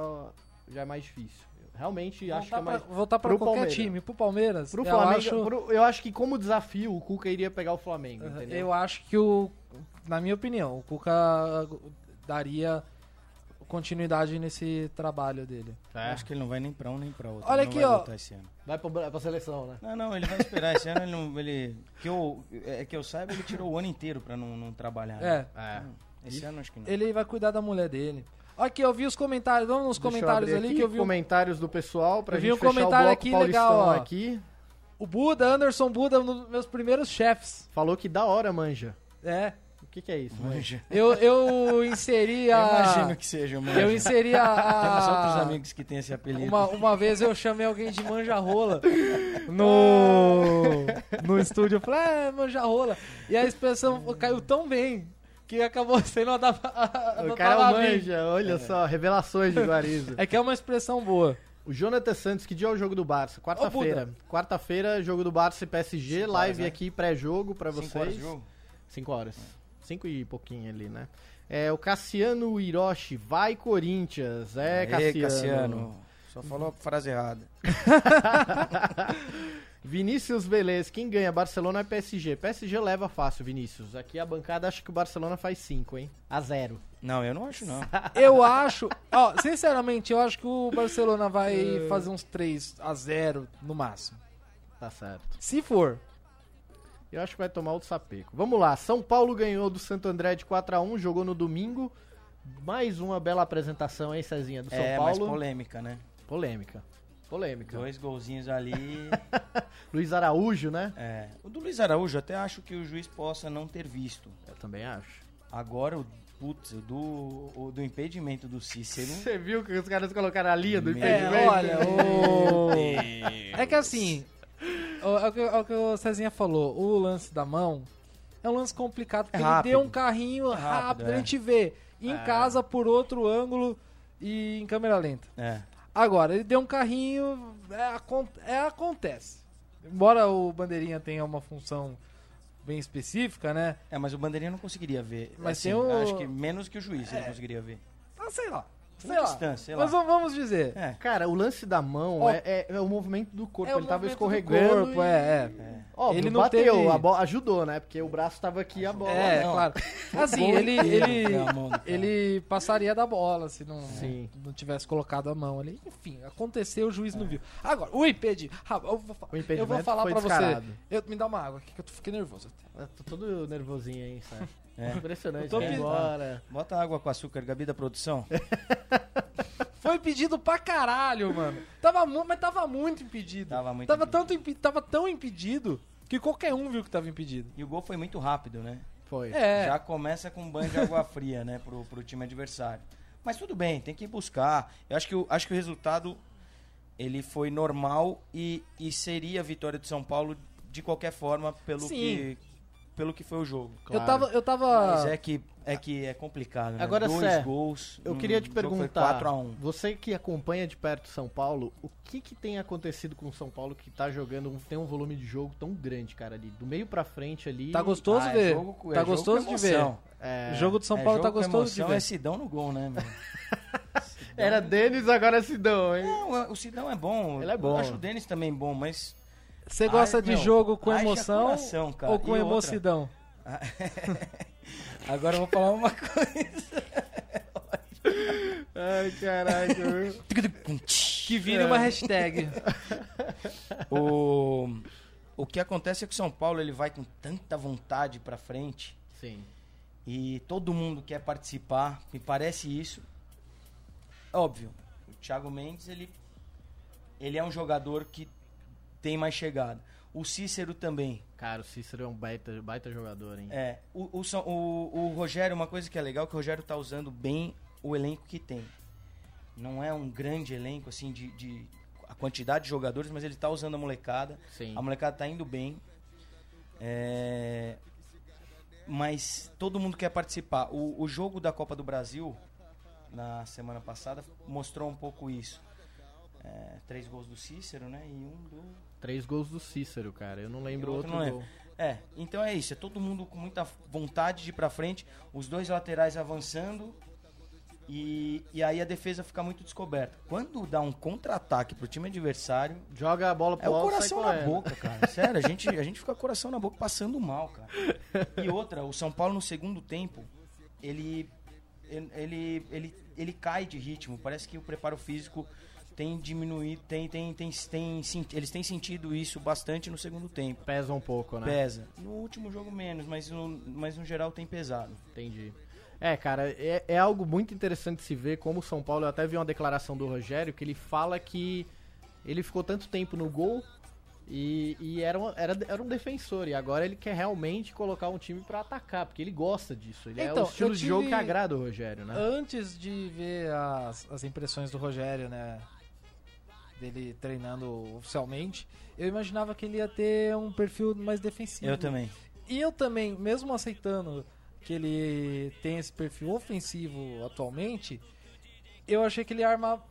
já é mais difícil. Eu realmente acho que é voltar, mais. pra, voltar pra pro qualquer Palmeiras. time, pro Palmeiras, Pro eu Flamengo, acho... pro- eu acho que como desafio, o Cuca iria pegar o Flamengo, Aham, entendeu? Eu acho que o. Na minha opinião, o Cuca uh, daria continuidade nesse trabalho dele. É. Acho que ele não vai nem pra um nem pra outro. Olha ele aqui, não vai ó. voltar esse ano. Vai pra, pra seleção, né? Não, não, ele vai esperar. Esse ano ele não. Ele, que eu, é que eu saiba, ele tirou o ano inteiro pra não, não trabalhar. né? É, É. Esse ano acho que não. ele vai cuidar da mulher dele. Aqui, eu vi os comentários, vamos nos comentários ali que eu vi. o- comentários do pessoal pra eu vi gente um fechar comentário o bloco aqui paulistão legal, ó. aqui. O Buda, Anderson Buda, um dos meus primeiros chefes. Falou que da hora manja. É. O que que é isso? Manja. Manja. Eu, eu inseri <laughs> Eu a. imagino que seja, mano. Eu inseri Temos outros a. amigos que têm esse apelido. Uma, uma vez eu chamei alguém de manja-rola no, no estúdio. Eu falei, ah, manja-rola. E a expressão caiu tão bem que acabou sendo adaptada. é um O cara é o manja, olha só, revelações de Guarizo. <laughs> É que é uma expressão boa. O Jonathan Santos, que dia é o jogo do Barça? Quarta-feira. Quarta-feira, jogo do Barça e PSG, Cinco live horas, né? aqui pré-jogo pra vocês. Cinco horas de jogo. 5 horas. 5 e pouquinho ali, né? É, o Cassiano Hiroshi, vai Corinthians. É, Aê, Cassiano. Cassiano. Só falou a frase errada. Vinícius Beleza, quem ganha? Barcelona é PSG. PSG leva fácil, Vinícius. Aqui a bancada acha que o Barcelona faz 5, hein? A zero. Não, eu não acho não. Eu acho. Ó, sinceramente, eu acho que o Barcelona vai fazer uns 3 a 0 no máximo. Tá certo. Se for. Eu acho que vai tomar outro sapeco. Vamos lá, São Paulo ganhou do Santo André de 4 a 1 jogou no domingo. Mais uma bela apresentação, hein, Cezinha, do São é, mais Paulo. polêmica, né? Tá. Polêmica. Polêmica. Dois golzinhos ali. Luiz Araújo, né? é. O do Luiz Araújo, eu até acho que o juiz possa não ter visto. Eu também acho. Agora, o, putz, o do, o do impedimento <laughs> do Cícero. Você <laughs> viu que os caras colocaram a linha do Meu É, impedimento? um- olha, o. É É que assim, o- é o que, é o que o Cezinha falou, o lance da mão é um lance complicado, porque É ele rápido. deu um carrinho É rápido, rápido, a é. gente vê em casa por outro ângulo e em câmera lenta. É. Agora, ele deu um carrinho, é, acon- é, acontece. Embora o bandeirinha tenha uma função bem específica, né? É, mas o bandeirinha não conseguiria ver. Mas Mas tem o- É. acho que menos que o juiz ele conseguiria ver. Ah, sei lá. Sei Uma lá. distância, sei lá. Mas vamos- vamos dizer. É. <laughs> Cara, o lance da mão Ó. é, é- é o movimento do corpo. É o ele tava movimento do escorregando. corpo, e- é, é. Óbvio, Ele não bateu, teve- a bola ajudou, né? Porque o braço tava aqui e a bola. né? É, não. <laughs> claro. Assim, Gol ele, inteiro ele, na mão do cara. ele passaria da bola se não, Sim. não tivesse colocado a mão ali. Enfim, aconteceu, o juiz É. não viu. Agora, o impedimento. Eu vou, fa- O eu vou impedimento falar foi pra você. descarado. Eu, me dá uma água aqui que eu tô- fiquei nervoso até. Eu tô todo nervosinho aí, sabe? É. Impressionante. Eu tô né? pedindo- Agora. Bota água com açúcar, Gabi <laughs> da produção. Foi pedido pra caralho, mano. Tava mu- mas tava muito impedido. Tava muito tava, impedido. tanto impe- tava tão impedido que qualquer um viu que tava impedido. E o gol foi muito rápido, né? Foi. É. Já começa com um banho de água fria, né, pro, pro time adversário. Mas tudo bem, tem que ir buscar. Eu acho que o, acho que o resultado ele foi normal e, e seria a vitória de São Paulo de qualquer forma pelo Sim. que pelo que foi o jogo. Eu tava. Eu tava. Mas é que é que é complicado, né? Agora, Dois Sé, gols. Eu um queria te jogo foi perguntar, 4 a 1. você que acompanha de perto São Paulo, o que que tem acontecido com o São Paulo que tá jogando, um- tem um volume de jogo tão grande, cara, ali, do meio pra frente ali. Tá gostoso Ah, é ver. jogo com- é tá jogo com gostoso de ver. emoção. É, O jogo do São É Paulo jogo tá com gostoso de emoção, ver. É Sidão no gol, né, meu? Era Denis, agora é Sidão, hein? Não, o Sidão é bom. Ele é bom. Eu acho o Denis também bom, mas Você gosta é Ai, de meu, jogo com haja emoção coração, cara. ou com E outra? emocidão? <laughs> agora eu vou falar uma coisa. Ai, caralho. Que vira uma hashtag. É. o, o que acontece é que o São Paulo ele vai com tanta vontade pra frente <laughs> Sim. e todo mundo quer participar, me parece isso. Óbvio, o Thiago Mendes ele, ele é um jogador que tem mais chegada. O Cícero também. Cara, o Cícero é um baita, baita jogador, hein? É, o, o, São- o- o Rogério, uma coisa que é legal é que o Rogério tá usando bem o elenco que tem. Não é um grande elenco, assim, de, de- a quantidade de jogadores, mas ele tá usando a molecada. Sim. A molecada tá indo bem. É, mas todo mundo quer participar. O, o jogo da Copa do Brasil, na semana passada, mostrou um pouco isso. É, três gols do Cícero, né? E um do Três gols do Cícero, cara, eu não lembro E outro, outro não gol. lembro. é, então é isso. É todo mundo com muita vontade de ir pra frente. Os dois laterais avançando. E, e aí a defesa fica muito descoberta. Quando dá um contra-ataque pro time adversário, Joga a bola pro é o alto, sai coração na correndo. boca, cara. Sério, a gente, a gente fica com o coração na boca passando mal, cara. E outra, o São Paulo no segundo tempo, ele, ele, ele, ele, ele cai de ritmo. Parece que o preparo físico tem diminuído, tem, tem, tem, tem, sen- eles têm sentido isso bastante no segundo tempo. Pesa um pouco, né? Pesa. No último jogo menos, mas no, mas no geral tem pesado. Entendi. É, cara, é, é algo muito interessante se ver como o São Paulo. Eu até vi uma declaração do Rogério que ele fala que ele ficou tanto tempo no gol e, e era, um, era, era um defensor. E agora ele quer realmente colocar um time pra atacar, porque ele gosta disso. Ele é Então, o estilo eu de jogo que tive- agrada o Rogério, né? <laughs> Antes de ver as, as impressões do Rogério, né? Dele treinando oficialmente, eu imaginava que ele ia ter um perfil mais defensivo. Eu também. E eu também, mesmo aceitando que ele tem esse perfil ofensivo atualmente, eu achei que ele arma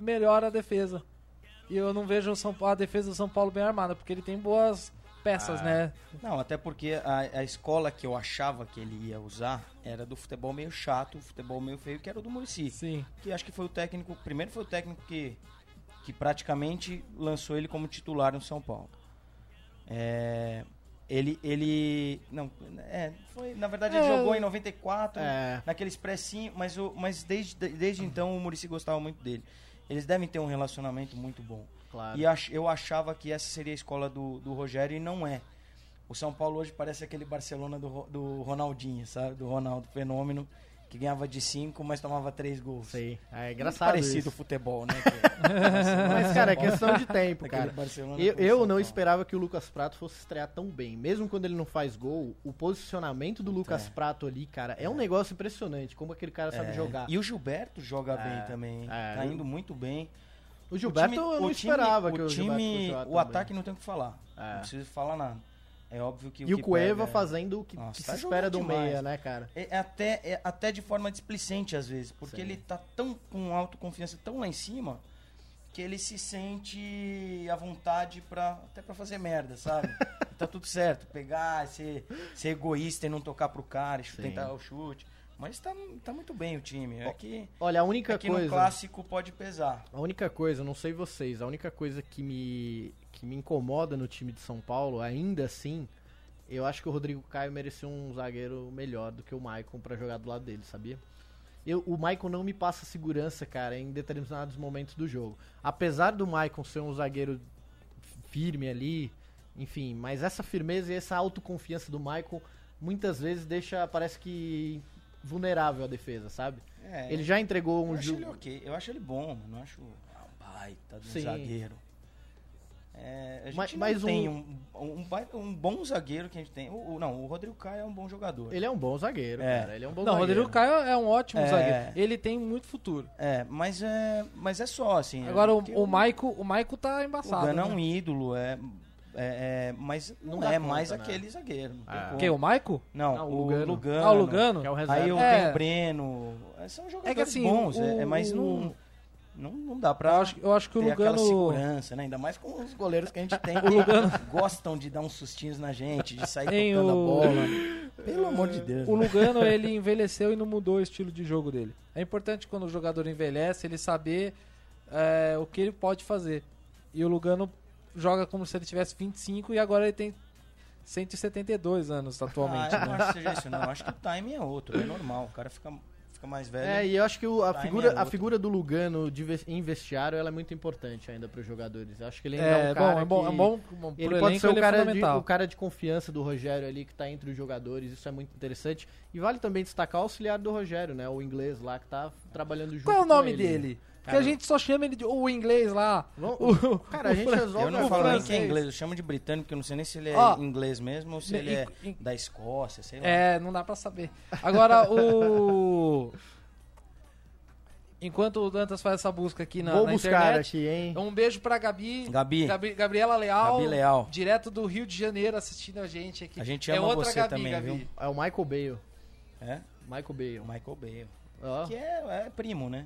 melhor a defesa. E eu não vejo o São Paulo- a defesa do São Paulo bem armada, porque ele tem boas peças, Ah. né? Não, até porque a, a escola que eu achava que ele ia usar era do futebol meio chato, futebol meio feio, que era o do Murici. Sim. Que acho que foi o técnico. Primeiro foi o técnico que, que praticamente lançou ele como titular no São Paulo. É, ele. ele não, é, foi, na verdade, ele É. jogou em 94, É. naquele expressinho, mas, o, mas desde, desde então o Murici gostava muito dele. Eles devem ter um relacionamento muito bom. Claro. E ach- eu achava que essa seria a escola do, do Rogério e não é. O São Paulo hoje parece aquele Barcelona do, Ro- do Ronaldinho, sabe? Do Ronaldo Fenômeno, que ganhava de 5, mas tomava 3 gols. Sei. É Muito engraçado parecido isso. o futebol, <laughs> né? cara? Mas, cara, é questão de tempo, Daquele cara. Barcelona Eu, com o eu São não Paulo. esperava que o Lucas Prato fosse estrear tão bem. Mesmo quando ele não faz gol, o posicionamento do Lucas Prato ali, cara, é um negócio impressionante. Como aquele cara sabe jogar. É. E o Gilberto joga bem também, hein? Tá. é. tá indo muito bem. o Gilberto eu não esperava time, que o, o Gilberto time, fosse jogar tão o ataque bem. não tem o que falar. É. Não preciso falar nada. É óbvio que E o que Cueva pega é- fazendo o que, Nossa, que tá se espera do jogando demais. meia, né, cara? É é até, é até de forma displicente, às vezes, porque Sim. ele tá tão com autoconfiança tão lá em cima que ele se sente à vontade para até pra fazer <laughs> merda, sabe? tá tudo certo, pegar, ser, ser egoísta e não tocar pro cara, e chu- Sim. tentar o chute. Mas tá, tá muito bem o time. É que, Olha, a é única que coisa. no clássico pode pesar. A única coisa, não sei vocês, a única coisa que me, que me incomoda no time de São Paulo, ainda assim, eu acho que o Rodrigo Caio merecia um zagueiro melhor do que o Maicon pra jogar do lado dele, sabia? Eu, o Maicon não me passa segurança, cara, em determinados momentos do jogo. Apesar do Maicon ser um zagueiro firme ali, enfim, mas essa firmeza e essa autoconfiança do Maicon muitas vezes deixa, parece que vulnerável à defesa, sabe? É, Ele já entregou eu um acho ele jogo. ok. Eu acho ele bom, mas não acho ah, um baita de um Sim. zagueiro. É, a gente Ma- não mas tem um, um, bai- um bom zagueiro que a gente tem. O, o- não, o Rodrigo Caio é um bom jogador. Ele é um bom zagueiro, É. cara. Ele é um bom Não, o zagueiro. Rodrigo Caio é um ótimo É. zagueiro. Ele tem muito futuro. É, mas é, mas é só, assim. Agora é o, porque o Maico, o Maico tá o embaçado. Gana é né? um ídolo, é, é, é, mas não, dá é conta, mais né? aquele zagueiro. Não, tem Ah. como. Quem, o Maico? não, Não, o o Lugano. Lugano. Ah, o Lugano? Que é o reserva. Aí eu É. tenho o Breno. é, São jogadores assim, bons, é, o- é, mas não, não, não dá pra Eu acho, eu acho que ter o aquela Lugano. segurança, né? Ainda mais com os goleiros que a gente tem. O Lugano- que gostam de dar uns sustinhos na gente, de sair Tem tocando o- a bola. né? Pelo amor de <laughs> Deus. né? O Lugano, ele envelheceu e não mudou o estilo de jogo dele. É importante quando o jogador envelhece, ele saber é, o que ele pode fazer. E o Lugano joga como se ele tivesse 25 e agora ele tem 172 anos atualmente. Ah, eu né? não acho que seja isso, não. Eu Acho que o timing é outro, é normal. O cara fica, fica mais velho. É, e eu acho que o- a, Tá Time figura, é outro. a figura do Lugano de ve- em vestiário ela é muito importante ainda para os jogadores. Eu acho que ele ainda é, É, um cara bom, é bom, que- é bom, bom pro Ele elenco, pode ser o ele é cara, de, fundamental. o cara de confiança do Rogério ali que tá entre os jogadores, isso é muito interessante. E vale também destacar o auxiliar do Rogério, né? O inglês lá que tá trabalhando junto Qual é o com nome ele, né? dele? Porque Cara, a gente só chama ele de o inglês lá. Vamos- <laughs> O- Cara, a gente resolve Eu não agora. falo nem que é francês. inglês, eu chamo de britânico, porque eu não sei nem se ele é Ó, inglês mesmo ou se ne- ele é in- in- da Escócia, sei lá. É, não dá pra saber. <laughs> Agora, o. Enquanto o Dantas faz essa busca aqui na, Vou na buscar internet. aqui, hein? Um beijo pra Gabi. Gabi. Gabi- Gabriela Leal. Gabi Leal. Direto do Rio de Janeiro assistindo a gente aqui. A gente é ama outra você Gabi, também, Gabi. viu? É o Michael Bale. É? Michael O Bale. Michael Bale. Ó. Que é, é primo, <laughs> né?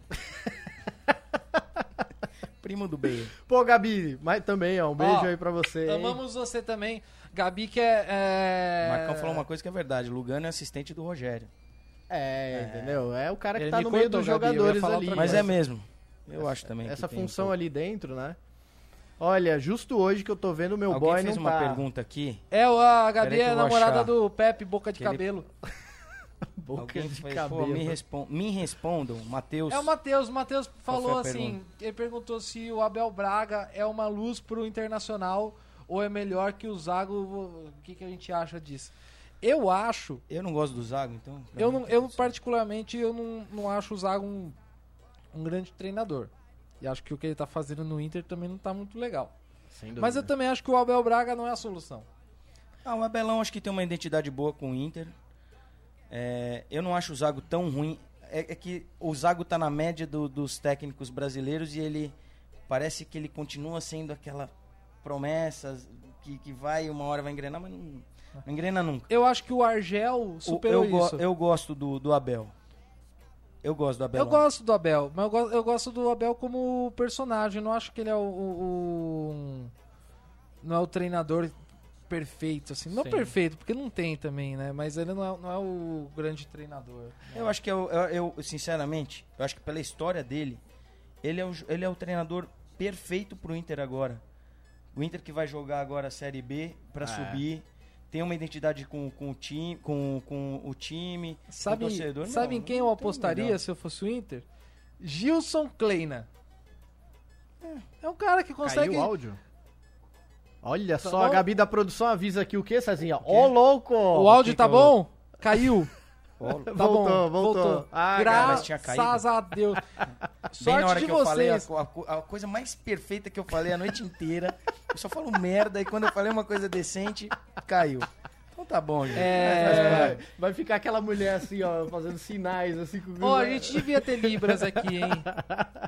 primo do Bale. Pô, Gabi, mas também, ó, um beijo Ó, aí pra você. hein? Amamos você também. Gabi que é. é... O Marcão falou uma coisa que é verdade. Lugano é assistente do Rogério. É, entendeu? É o cara que Ele tá me no meio cortou, dos Gabi, eu ia jogadores falar ali. outra Mas coisa. é mesmo. Eu acho também. que Essa tem um função pouco. ali dentro, né? Olha, justo hoje que eu tô vendo meu Alguém boy fez não uma tá. pergunta aqui. É, a Peraí Gabi que é eu vou namorada achar. do Pepe Boca de Que ele- Cabelo. Boca Alguém de fez, cabelo. pô, me, respon- me respondam, Matheus. É o Matheus. O Matheus falou foi a assim: ele perguntou se o Abel Braga é uma luz pro internacional ou é melhor que o Zago. O que, que a gente acha disso? Eu acho Eu não gosto do Zago, então. pra Eu, mim, não, eu particularmente, eu não, não acho o Zago um, um grande treinador. E acho que o que ele tá fazendo no Inter também não tá muito legal. Sem Mas eu dúvida. também acho que o Abel Braga não é a solução. Ah, o Abelão acho que tem uma identidade boa com o Inter. É, eu não acho o Zago tão ruim. É, é que o Zago tá na média do- dos técnicos brasileiros e ele parece que ele continua sendo aquela promessa que, que vai, uma hora vai engrenar, mas não, não engrena nunca. Eu acho que o Argel O- superou eu, go- isso. eu gosto do, do Abel. Eu gosto do Abel. Eu gosto do Abel, mas eu gosto, eu gosto do Abel como personagem. Não acho que ele é o. o- o- um- não é o treinador perfeito, assim. Não Sim. perfeito, porque não tem também, né? Mas ele não é, não é o grande treinador. Eu acho que é eu, eu, eu, sinceramente, eu acho que pela história dele, ele é o, ele é o treinador perfeito pro Inter agora. O Inter que vai jogar agora a Série B pra Ah, é. subir, tem uma identidade com, com o time, com, com o time, com Sabe, o torcedor. sabe Não, em quem não eu tem melhor. apostaria se eu fosse o Inter? Gilson Kleina. É um cara que consegue. Caiu o áudio? Olha só, a bom? Gabi da produção avisa aqui o quê, Cezinha? Ô, louco! O áudio que tá que eu- bom? <laughs> Caiu. Ó, Tá bom, Voltou, voltou. Ah, cara, mas Graças tinha caído. a <laughs> Deus. Bem na hora Sorte que de eu falei, a, vocês. co- a co- a coisa mais perfeita que eu falei a noite inteira, eu só falo merda, e quando eu falei uma coisa decente, caiu. Então tá bom, gente. É. É, vai ficar aquela mulher assim, ó, fazendo sinais, assim com Ó, a gente devia ter Libras aqui, hein?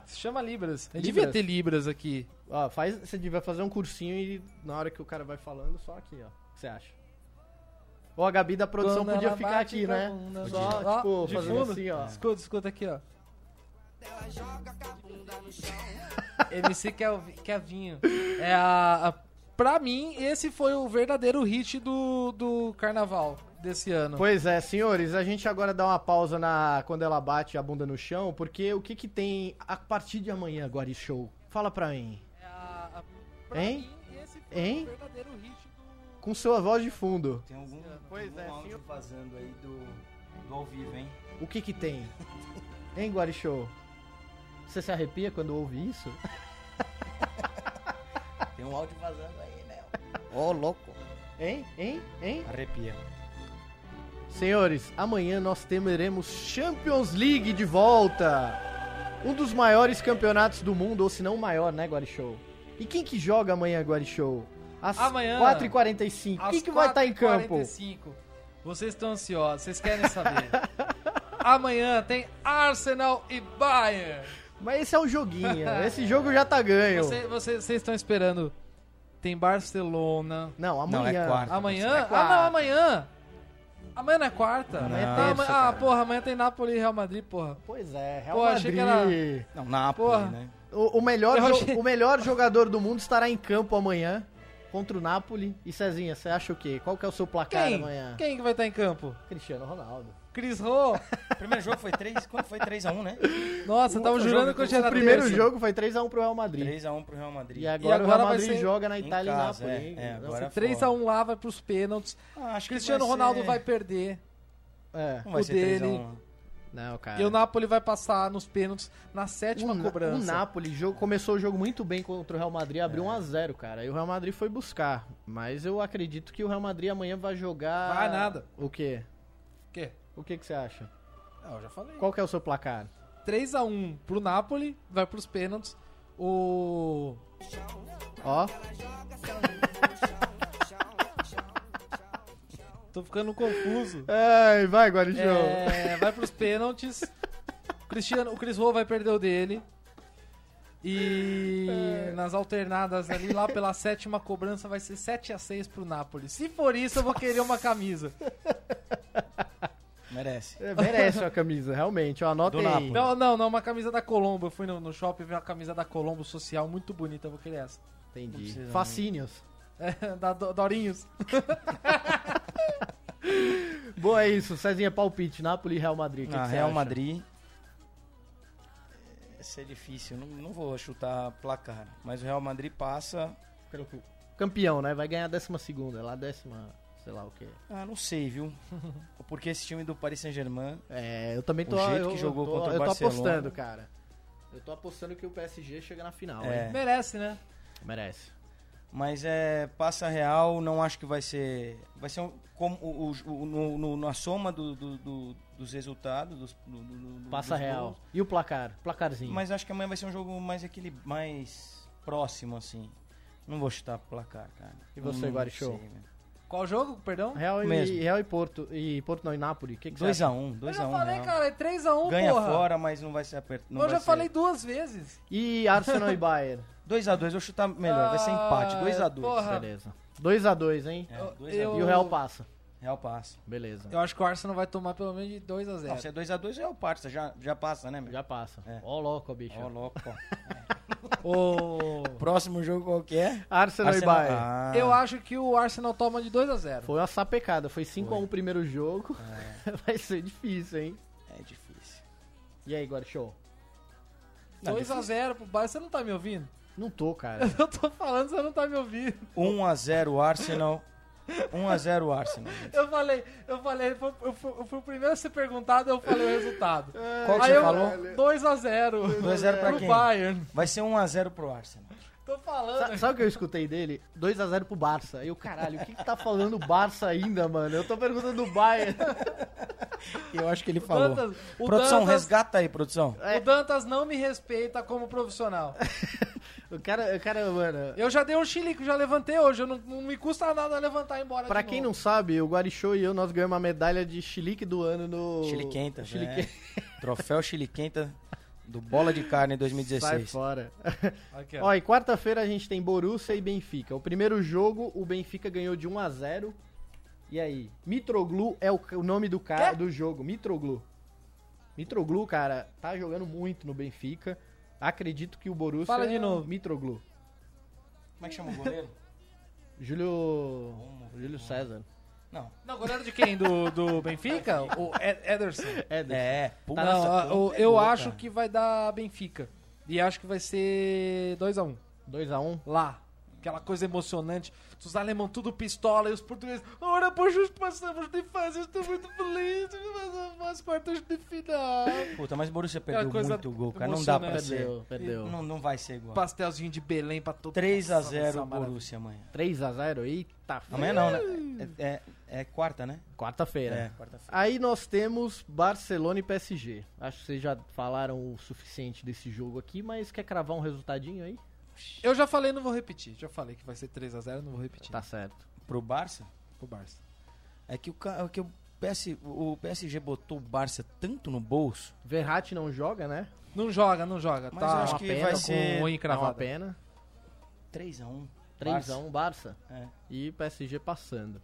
Se chama Libras. A gente Libras. devia ter Libras aqui. Ó, faz, você devia fazer um cursinho e na hora que o cara vai falando, só aqui, ó. O que você acha? Ó, a Gabi da produção Quando podia ela ficar bate então- aqui, pra né? bunda, Só, ó, tipo, de fazendo fundo. assim, ó. Escuta, escuta aqui, ó. MC Kelvi- Kevinho. É a, a, pra mim, esse foi o verdadeiro hit do, do carnaval desse ano. Pois é, senhores, a gente agora dá uma pausa na quando ela bate a bunda no chão, porque o que que tem a partir de amanhã, Guari Show? Fala pra mim. É a- a- pra Hein? mim, esse foi Hein? o verdadeiro hit do. Com sua voz de fundo, Tem algum, Pois algum é, áudio senhor. vazando aí do, do ao <laughs> vivo, hein? o que que tem? Hein, Guari Show? Você se arrepia quando ouve isso? Tem um áudio vazando aí, né? Ô, louco. Hein? Hein? Hein? Arrepia. Senhores, amanhã nós teremos Champions League de volta. Um dos maiores campeonatos do mundo, ou se não o maior, né, Guarichou? E quem que joga amanhã, Guarichou? Às Amanhã, 4h45. Quem Às que vai estar em campo? 4h45. Vocês estão ansiosos, vocês querem saber. Amanhã tem Arsenal e Bayern. Mas esse é <laughs> um joguinho. Esse jogo já tá ganho. Você- você- Vocês estão esperando. Tem Barcelona. Não, amanhã. Não, é quarta. Amanhã? É ah, quarta. não, amanhã. Amanhã não é quarta? Amanhã é Ah, terça, amanhã- cara. Ah, porra, amanhã tem Napoli e Real Madrid, porra. Pois é, Real Pô, achei Madrid. que era- Não, Napoli, Porra. né? O, o melhor Eu jo- achei- o melhor jogador do mundo estará em campo amanhã contra o Napoli. E Cezinha, você acha o quê? Qual que é o seu placar Quem? amanhã? Quem que vai estar em campo? Cristiano Ronaldo. Cris Rô? Primeiro jogo foi 3, quanto foi 3x1, né? Nossa, tava O jurando jogo- que hoje era O primeiro terça. jogo foi 3x1 pro Real Madrid. 3x1 pro Real Madrid. E agora, E o Real agora vai Madrid ser joga na Em Itália e casa, Então, Nápoles. é, hein? é, Não, agora- 3x1 lá, vai pros pênaltis. Ah, acho que Cristiano vai ser- Ronaldo vai perder. é. Não vai o ser dele. 3x1. Não, cara. E o Napoli vai passar nos pênaltis na o, sétima Na- o cobrança. Napoli jogo, começou o jogo muito bem contra o Real Madrid, abriu 1x0, cara. E o Real Madrid foi buscar. Mas eu acredito que o Real Madrid amanhã vai jogar. Vai nada. O quê? O quê? O que, que você acha? Ah, eu já falei. Qual que é o seu placar? 3x1 pro Napoli, vai pros pênaltis. O. Ó, Tô ficando <laughs> confuso. Ai, vai, Guarijão. É, vai pros pênaltis. Cristiano, o Chris Rowe vai perder o dele. E É. nas alternadas ali, lá pela sétima cobrança, vai ser 7x6 pro Napoli. Se for isso, eu vou querer uma camisa. Merece. É, merece uma camisa, realmente. Ó, anota Do aí. Napoli. Não, não, não, uma camisa da Colombo. Eu fui no, no shopping ver uma camisa da Colombo social muito bonita, eu vou querer essa. Entendi. precisa, não. Fascínios. É, <laughs> da Do- Dorinhos. Boa, é isso. Cezinha, palpite. Napoli e Real Madrid. O que Ah, que você Real acha? Madrid. Vai ser difícil. Não, não vou chutar placar. Mas o Real Madrid passa. Campeão, né? Vai ganhar a décima segunda. Lá décima, sei lá o quê. Ah, não <laughs> sei, viu? Porque esse time do Paris Saint-Germain É, eu também O tô... jeito eu, que jogou eu tô, contra o Eu tô Barcelona. apostando, cara. Eu tô apostando que o PSG chega na final, É. hein? Merece, né? Merece. Mas é, passa real, não acho que vai ser. Vai ser um, como o, o- o- no, no- na soma do- do- do- dos resultados. Dos, do- do- do- Passa dos Real. gols. E o placar? Placarzinho. Mas acho que amanhã vai ser um jogo mais equili mais próximo, assim. Não vou chutar placar, cara. Hum, E você, Não Guarichou? sei, velho. Qual jogo, perdão? É, Real, e, Mesmo. Real e Porto. E Porto não, e Napoli. O que, que você acha? 2x1, 2x1. Eu já falei, Real. cara, é 3x1, né? Ganha porra. fora, mas não vai ser apertado. eu já falei duas um. vezes. E <laughs> Arsenal e Bayern. 2x2, vou chutar melhor, vai ser empate. Ah, 2x2. porra. Beleza. 2x2, hein? É, 2 a 2. Eu- E o Real passa. Real passa. Beleza. Eu acho que o Arsenal vai tomar pelo menos de 2 a Não, 0 se é 2x2, Real passa. Já, já passa, né, meu? Já passa. Ó, É. louco, bicho. Ó, <laughs> louco. ó. tá- Ô, Próximo jogo qualquer. Arsenal, e Bayern. Ah, Eu acho que o Arsenal toma de 2 a 0 Foi uma sapecada. Foi 5x1 o primeiro jogo. <laughs> Vai ser difícil, hein? É difícil. E aí, Guarchou? Não, 2 a 0 pro Bayern, você não tá me ouvindo? <laughs> Não tô, cara. Eu tô falando, você não tá me ouvindo. 1x0 Arsenal. 1x0 Arsenal. gente. Eu falei, eu falei, eu fui, eu fui- eu fui o primeiro a ser perguntado, eu falei o resultado. <laughs> Qual que Aí você eu, falou? 2 a 0 2x0 pra pro quem? Bayern. Vai ser 1x0 pro Arsenal. Tô falando. Sa- Sabe o que eu escutei dele? 2x0 pro Barça. Eu, caralho, o que, que tá falando o Barça ainda, mano? Eu tô perguntando do Bayern. Eu acho que ele falou. Dantas, o, produção, Dantas, resgata aí, produção. o Dantas não me respeita como profissional. O cara, o cara, mano. Eu já dei um chilique, eu já levantei hoje. Eu não, não me custa nada levantar e ir embora. Pra de quem não novo. sabe, o Guarichou e eu, nós ganhamos uma medalha de chilique do ano no... Chile Quenta. Chile né? Quenta. Troféu Chile Quenta do Bola de Carne Sai 2016. fora. Aqui, ó. Ó, e quarta-feira a gente tem Borussia e Benfica. O primeiro jogo, o Benfica ganhou de 1 a 0 E aí? Mitroglou é o, o nome do cara Quê? do jogo. Mitroglou. Mitroglou, cara, tá jogando muito no Benfica. Acredito que o Borussia. Fala de é o novo. Mitroglou. Como é que chama o goleiro? Júlio. Júlio César. Não. Não, goleiro de quem? Do, do Benfica? <laughs> o Ed- Ederson? É, desse. É, Tá, não, ó, eu, eu acho que vai dar Benfica. E acho que vai ser 2x1. 2x1. Lá. Aquela coisa emocionante. Os alemão tudo pistola e os portugueses. Ora, poxa, nós passamos de fase. eu Estou muito feliz. mas As quartas de final. Puta, mas o Borussia É perdeu uma coisa muito gol, cara. Não dá pra emocionante. ser. Perdeu, perdeu. É, Não, não vai ser igual. Pastelzinho de Belém pra todo 3x0 Nossa, Borussia amanhã. 3x0. Eita, Amanhã não, né? É, é- é quarta, né? Quarta-feira. É, quarta-feira. Aí nós temos Barcelona e PSG. Acho que vocês já falaram o suficiente desse jogo aqui, mas quer cravar um resultadinho aí? Eu já falei, não vou repetir. Já falei que vai ser 3x0, não vou repetir. Tá certo. Pro Barça? Pro Barça. É que o, ca- é que o, PS, o PSG botou o Barça tanto no bolso. Verratti não joga, né? Não joga, não joga. Mas tá eu acho uma que pena vai com um ser- o unha Dá É uma cravada. pena. 3x1. 3x1 Barça É. e PSG passando.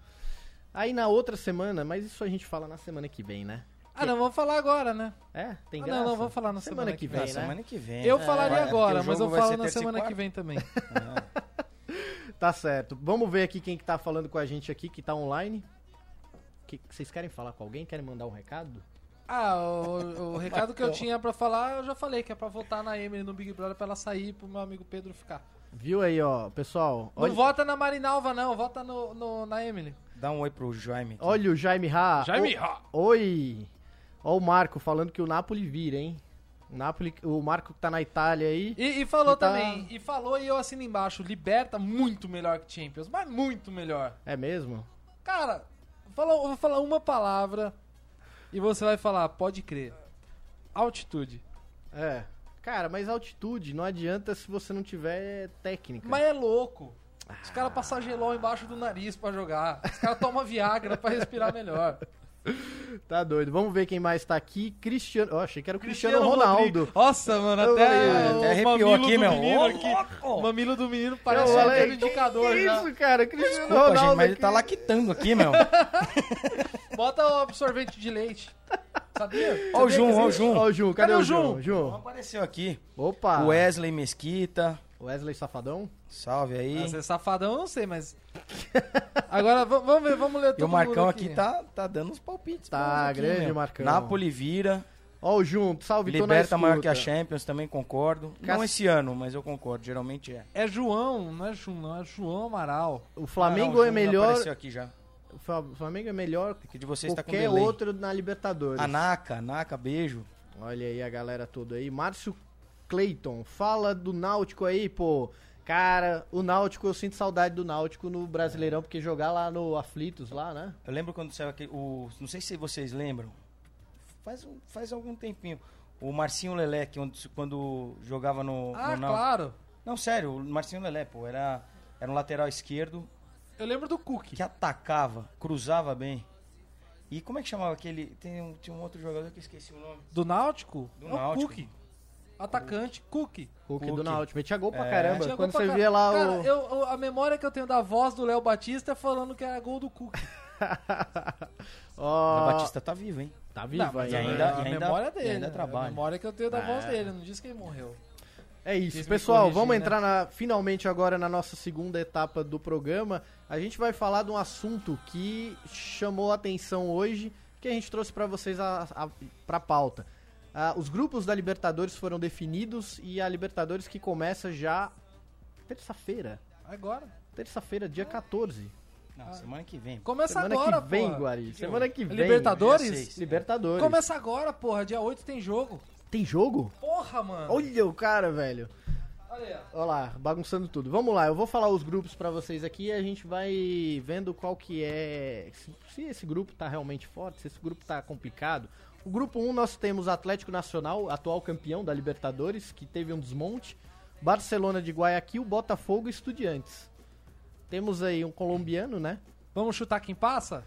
Aí na outra semana, mas isso a gente fala na semana que vem, né? Ah, não, vamos falar agora, né? É, tem Ah, graça. não, não, vou falar na semana que Na né? vem, né? semana que vem. Eu É, falaria vai- é, agora, porque o mas eu jogo vai falo ser na terça e semana que quarta. vem também. Tá certo. Vamos ver aqui quem que tá falando com a gente aqui, que tá online. Que, vocês querem falar com alguém? Querem mandar um recado? Ah, o, o recado que eu tinha pra falar, eu já falei, que é pra votar na Emily no Big Brother pra ela sair e pro meu amigo Pedro ficar. Viu aí, ó, pessoal? Não Olha, vota na Marinalva, não, vota no, no- na Emily. Dá um oi pro Jaime. aqui. olha o Jaime Ah, Ra. Jaime O- Ra. Oi. Ó o Marco falando que o Napoli vira, hein? O, Napoli, o Marco que tá na Itália aí. E, e falou E tá- também, e falou e eu assino embaixo, Liberta muito melhor que Champions, mas muito melhor. É mesmo? Cara, falou, eu vou falar uma palavra e você vai falar, pode crer. Altitude. É. Cara, mas altitude não adianta se você não tiver técnica. Mas é louco. Os Ah. caras passam gelol embaixo do nariz pra jogar. Os caras tomam Viagra pra respirar <laughs> melhor. Tá doido. Vamos ver quem mais tá aqui. Cristiano. Ó, achei que era o Cristiano, Ronaldo. Rodrigues. Nossa, mano, Ai, até, até o arrepiou mamilo aqui, do meu. menino Ô, aqui. louco! O mamilo do menino parece Eu um falei, dedo indicador que já. isso, cara? Cristiano Desculpa, Ronaldo. gente, mas ele tá aqui. lactando aqui, meu. <laughs> Bota o sorvete de leite. Sabia? Ó o Jun, ó o Ó Jun. o Jun. Cadê, o Jun? Não Jun? apareceu aqui. Opa. Wesley Mesquita. Wesley Safadão. Salve aí. Mas é safadão, eu não sei, mas. Agora v- vamos ver, vamos ler tudo. E o Marcão aqui, tá, tá dando uns palpites. pra Tá, nós aqui, grande meu. Marcão. Napoli vira. Ó o Jun. Salve, tô na liberta maior que a escuta. Champions, também concordo. Não Cas- esse ano, mas eu concordo. Geralmente é. É João, não é João, não, é João Amaral. O Ah, Flamengo não, o é Júnior melhor. Apareceu aqui já. O Fa- o Flamengo é melhor É que de vocês tá com qualquer delay. Ah, outro na Libertadores. A Naka, Naka, beijo. Olha aí a galera toda aí. Márcio Clayton, fala do Náutico aí, pô. Cara, o Náutico, eu sinto saudade do Náutico no Brasileirão, porque jogar lá no Aflitos, lá, né? Eu lembro quando saiu aquele. O, não sei se vocês lembram. Faz, um- faz algum tempinho. O Marcinho Lelé, que onde- quando jogava no. Ah, no Náutico. claro. Não, sério, o Marcinho Lelé, pô, era, era um lateral esquerdo Eu lembro do Cook. que atacava, cruzava bem. E como é que chamava aquele. Tem um, tinha um outro jogador que eu esqueci o nome. Do Náutico? Do é Náutico. O Cook. Atacante, Cook. Hulk Hulk. do Náutico. Metia gol pra É. caramba. Tinha gol Quando pra você car- via lá Cara, o. eu- eu- a memória que eu tenho da voz do Léo Batista é falando que era gol do Cook. O Ó, Batista tá vivo, hein? tá vivo Não, mas E a- ainda. ainda- a e ainda- memória e dele. ainda né? trabalha. A memória que eu tenho da É. Ah. voz dele, não disse que ele morreu. É Quis isso, me pessoal. corrigir, Vamos né? entrar na- finalmente agora na nossa segunda etapa do programa. A gente vai falar de um assunto que chamou a atenção hoje, que a gente trouxe pra vocês a, a, pra pauta. Ah, os grupos da Libertadores foram definidos e a Libertadores que começa já terça-feira. Agora. Terça-feira, dia 14. Ah. Não, semana que vem. Começa Semana agora, que vem, porra. Guari. Semana que vem. dia seis. Libertadores? Libertadores. Começa agora, porra. Dia 8 tem jogo. Tem jogo? Porra, mano. Olha o cara, velho. Olha aí, ó. Olha lá, bagunçando tudo. Vamos lá, eu vou falar os grupos pra vocês aqui e a gente vai vendo qual que é. Se, se esse grupo tá realmente forte, se esse grupo tá complicado. O grupo 1 nós temos Atlético Nacional, atual campeão da Libertadores, que teve um desmonte. Barcelona de Guayaquil, Botafogo e Estudiantes. Temos aí um colombiano, né? Vamos chutar quem passa?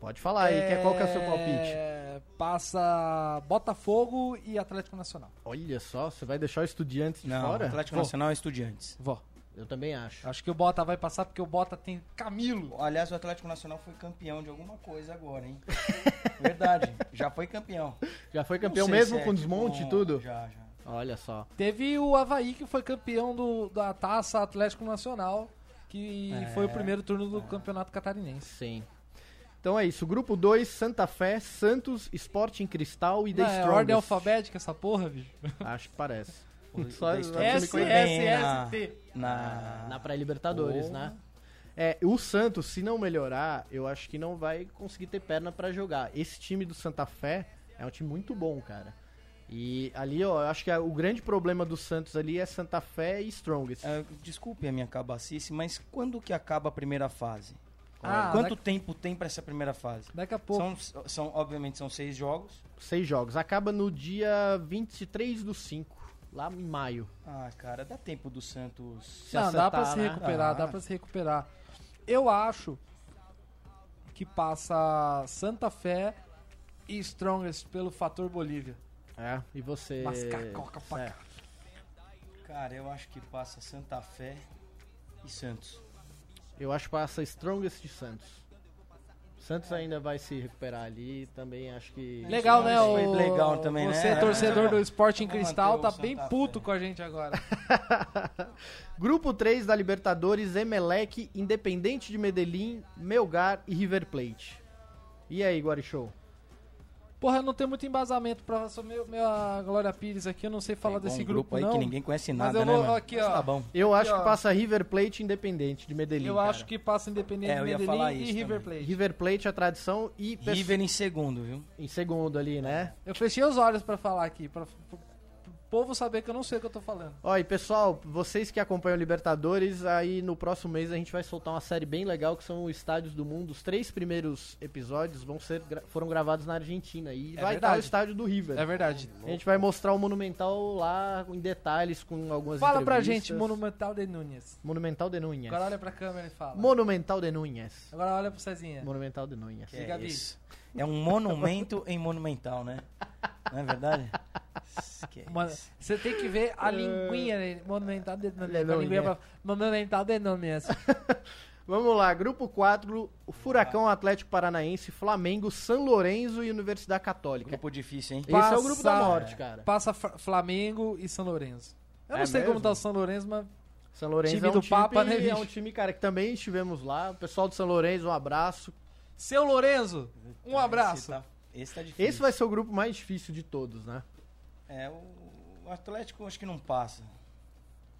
Pode falar aí, que é- qual que é o seu palpite? É, Passa Botafogo e Atlético Nacional. Olha só, você vai deixar o Estudiantes de Não, fora? Atlético Vou. Nacional e Estudiantes. Vó. Eu também acho. Acho que o Bota vai passar porque o Bota tem Camilo. Aliás, o Atlético Nacional foi campeão de alguma coisa <laughs> agora, hein? Verdade, já foi campeão. Já foi campeão Não sei mesmo se é com de desmonte e bom- tudo? Já, já. Olha só. Teve o Havaí que foi campeão do- da taça Atlético Nacional, que É. foi o primeiro turno do Campeonato Catarinense. Sim. Então é isso. Grupo 2, Santa Fé, Santos, Sporting Cristal e The Não, é Strongest. ordem alfabética essa porra, bicho. <laughs> Acho que parece. <laughs> O The Strongest S, foi S, bem ah. S, T. Na, Na na... pré-Libertadores, né? É, o Santos, se não melhorar, eu acho que não vai conseguir ter perna pra jogar. Esse time do Santa Fé é um time muito bom, cara. E ali, ó, eu acho que a- o grande problema do Santos ali é Santa Fé e Strongest. Ah, desculpe a minha cabacice, mas quando que acaba a primeira fase? Ah, Quanto daqui- tempo tem pra essa primeira fase? Daqui a pouco. São, são, obviamente, são seis jogos. Seis jogos. Acaba no dia 23 do 5, lá em maio. Ah, cara, dá tempo do Santos. se Não, dá acertar, pra se né? recuperar, dá Ah. pra se recuperar. Eu acho que passa Santa Fé e Strongest pelo fator Bolívia. É. E você... Mascar coca pra É. cá. Cara, eu acho que passa Santa Fé e Santos. Eu acho que passa Strongest de Santos. Santos ainda vai se recuperar ali, também acho que. Legal, né? Foi O, legal também, né? você É, torcedor vamos- do Sporting vamos Cristal manter tá o bem Santa puto Fé. com a gente agora. Grupo 3 da Libertadores, Emelec, Independente de Medellín, Melgar e River Plate. E aí, Guarichou? Porra, eu não tenho muito embasamento pra sou meu, minha Glória Pires aqui, eu não sei falar Tem desse um grupo, aí não. que ninguém conhece Mas nada, eu vou né, mano? aqui, Mas ó. Tá bom. Eu acho ó. que passa River Plate Independente de Medellín. Eu cara. acho que é passa Independente É, eu ia Medellín falar e isso River também. Plate. River Plate a tradição e pe- River em segundo, viu? em segundo ali, né? Eu fechei os olhos pra falar aqui, pra, pro- pro povo saber que eu não sei o que eu tô falando. Ó, e pessoal, vocês que acompanham o Libertadores, aí no próximo mês a gente vai soltar uma série bem legal que são estádios do mundo. Os três primeiros episódios vão ser gra- foram gravados na Argentina É e vai estar o verdade. estádio do River. É verdade. A gente vai mostrar o Monumental lá em detalhes com algumas Fala pra entrevistas. gente, Monumental de Nunes. Monumental de Núñez. Agora olha pra câmera e fala. Monumental de Núñez. Agora olha pro Cezinha. Monumental de Núñez. Que Diga, é, Bi. isso. é um monumento em monumental, né? Não <laughs> é verdade? Que é Mano, isso. você tem que ver <laughs> É. a linguinha dele. Monumental de Nunes. A Ele não linguinha é. pra... Monumental de Nunes. Vamos lá, grupo 4, o Furacão Atlético Paranaense, Flamengo, São Lourenço e Universidade Católica. Grupo difícil, hein? Esse é o grupo da Passa- morte, cara. Passa Fra- Flamengo e São Lourenço. Eu não É sei como mesmo? tá o São Lourenço, mas São Lourenço Time é um do time, Papa, né, é bicho? um time, cara, que também estivemos lá. O pessoal do São Lourenço, um abraço. Seu Lourenço, um Esse abraço. tá, esse tá difícil. Esse vai ser o grupo mais difícil de todos, né? É, o o Atlético acho que não passa.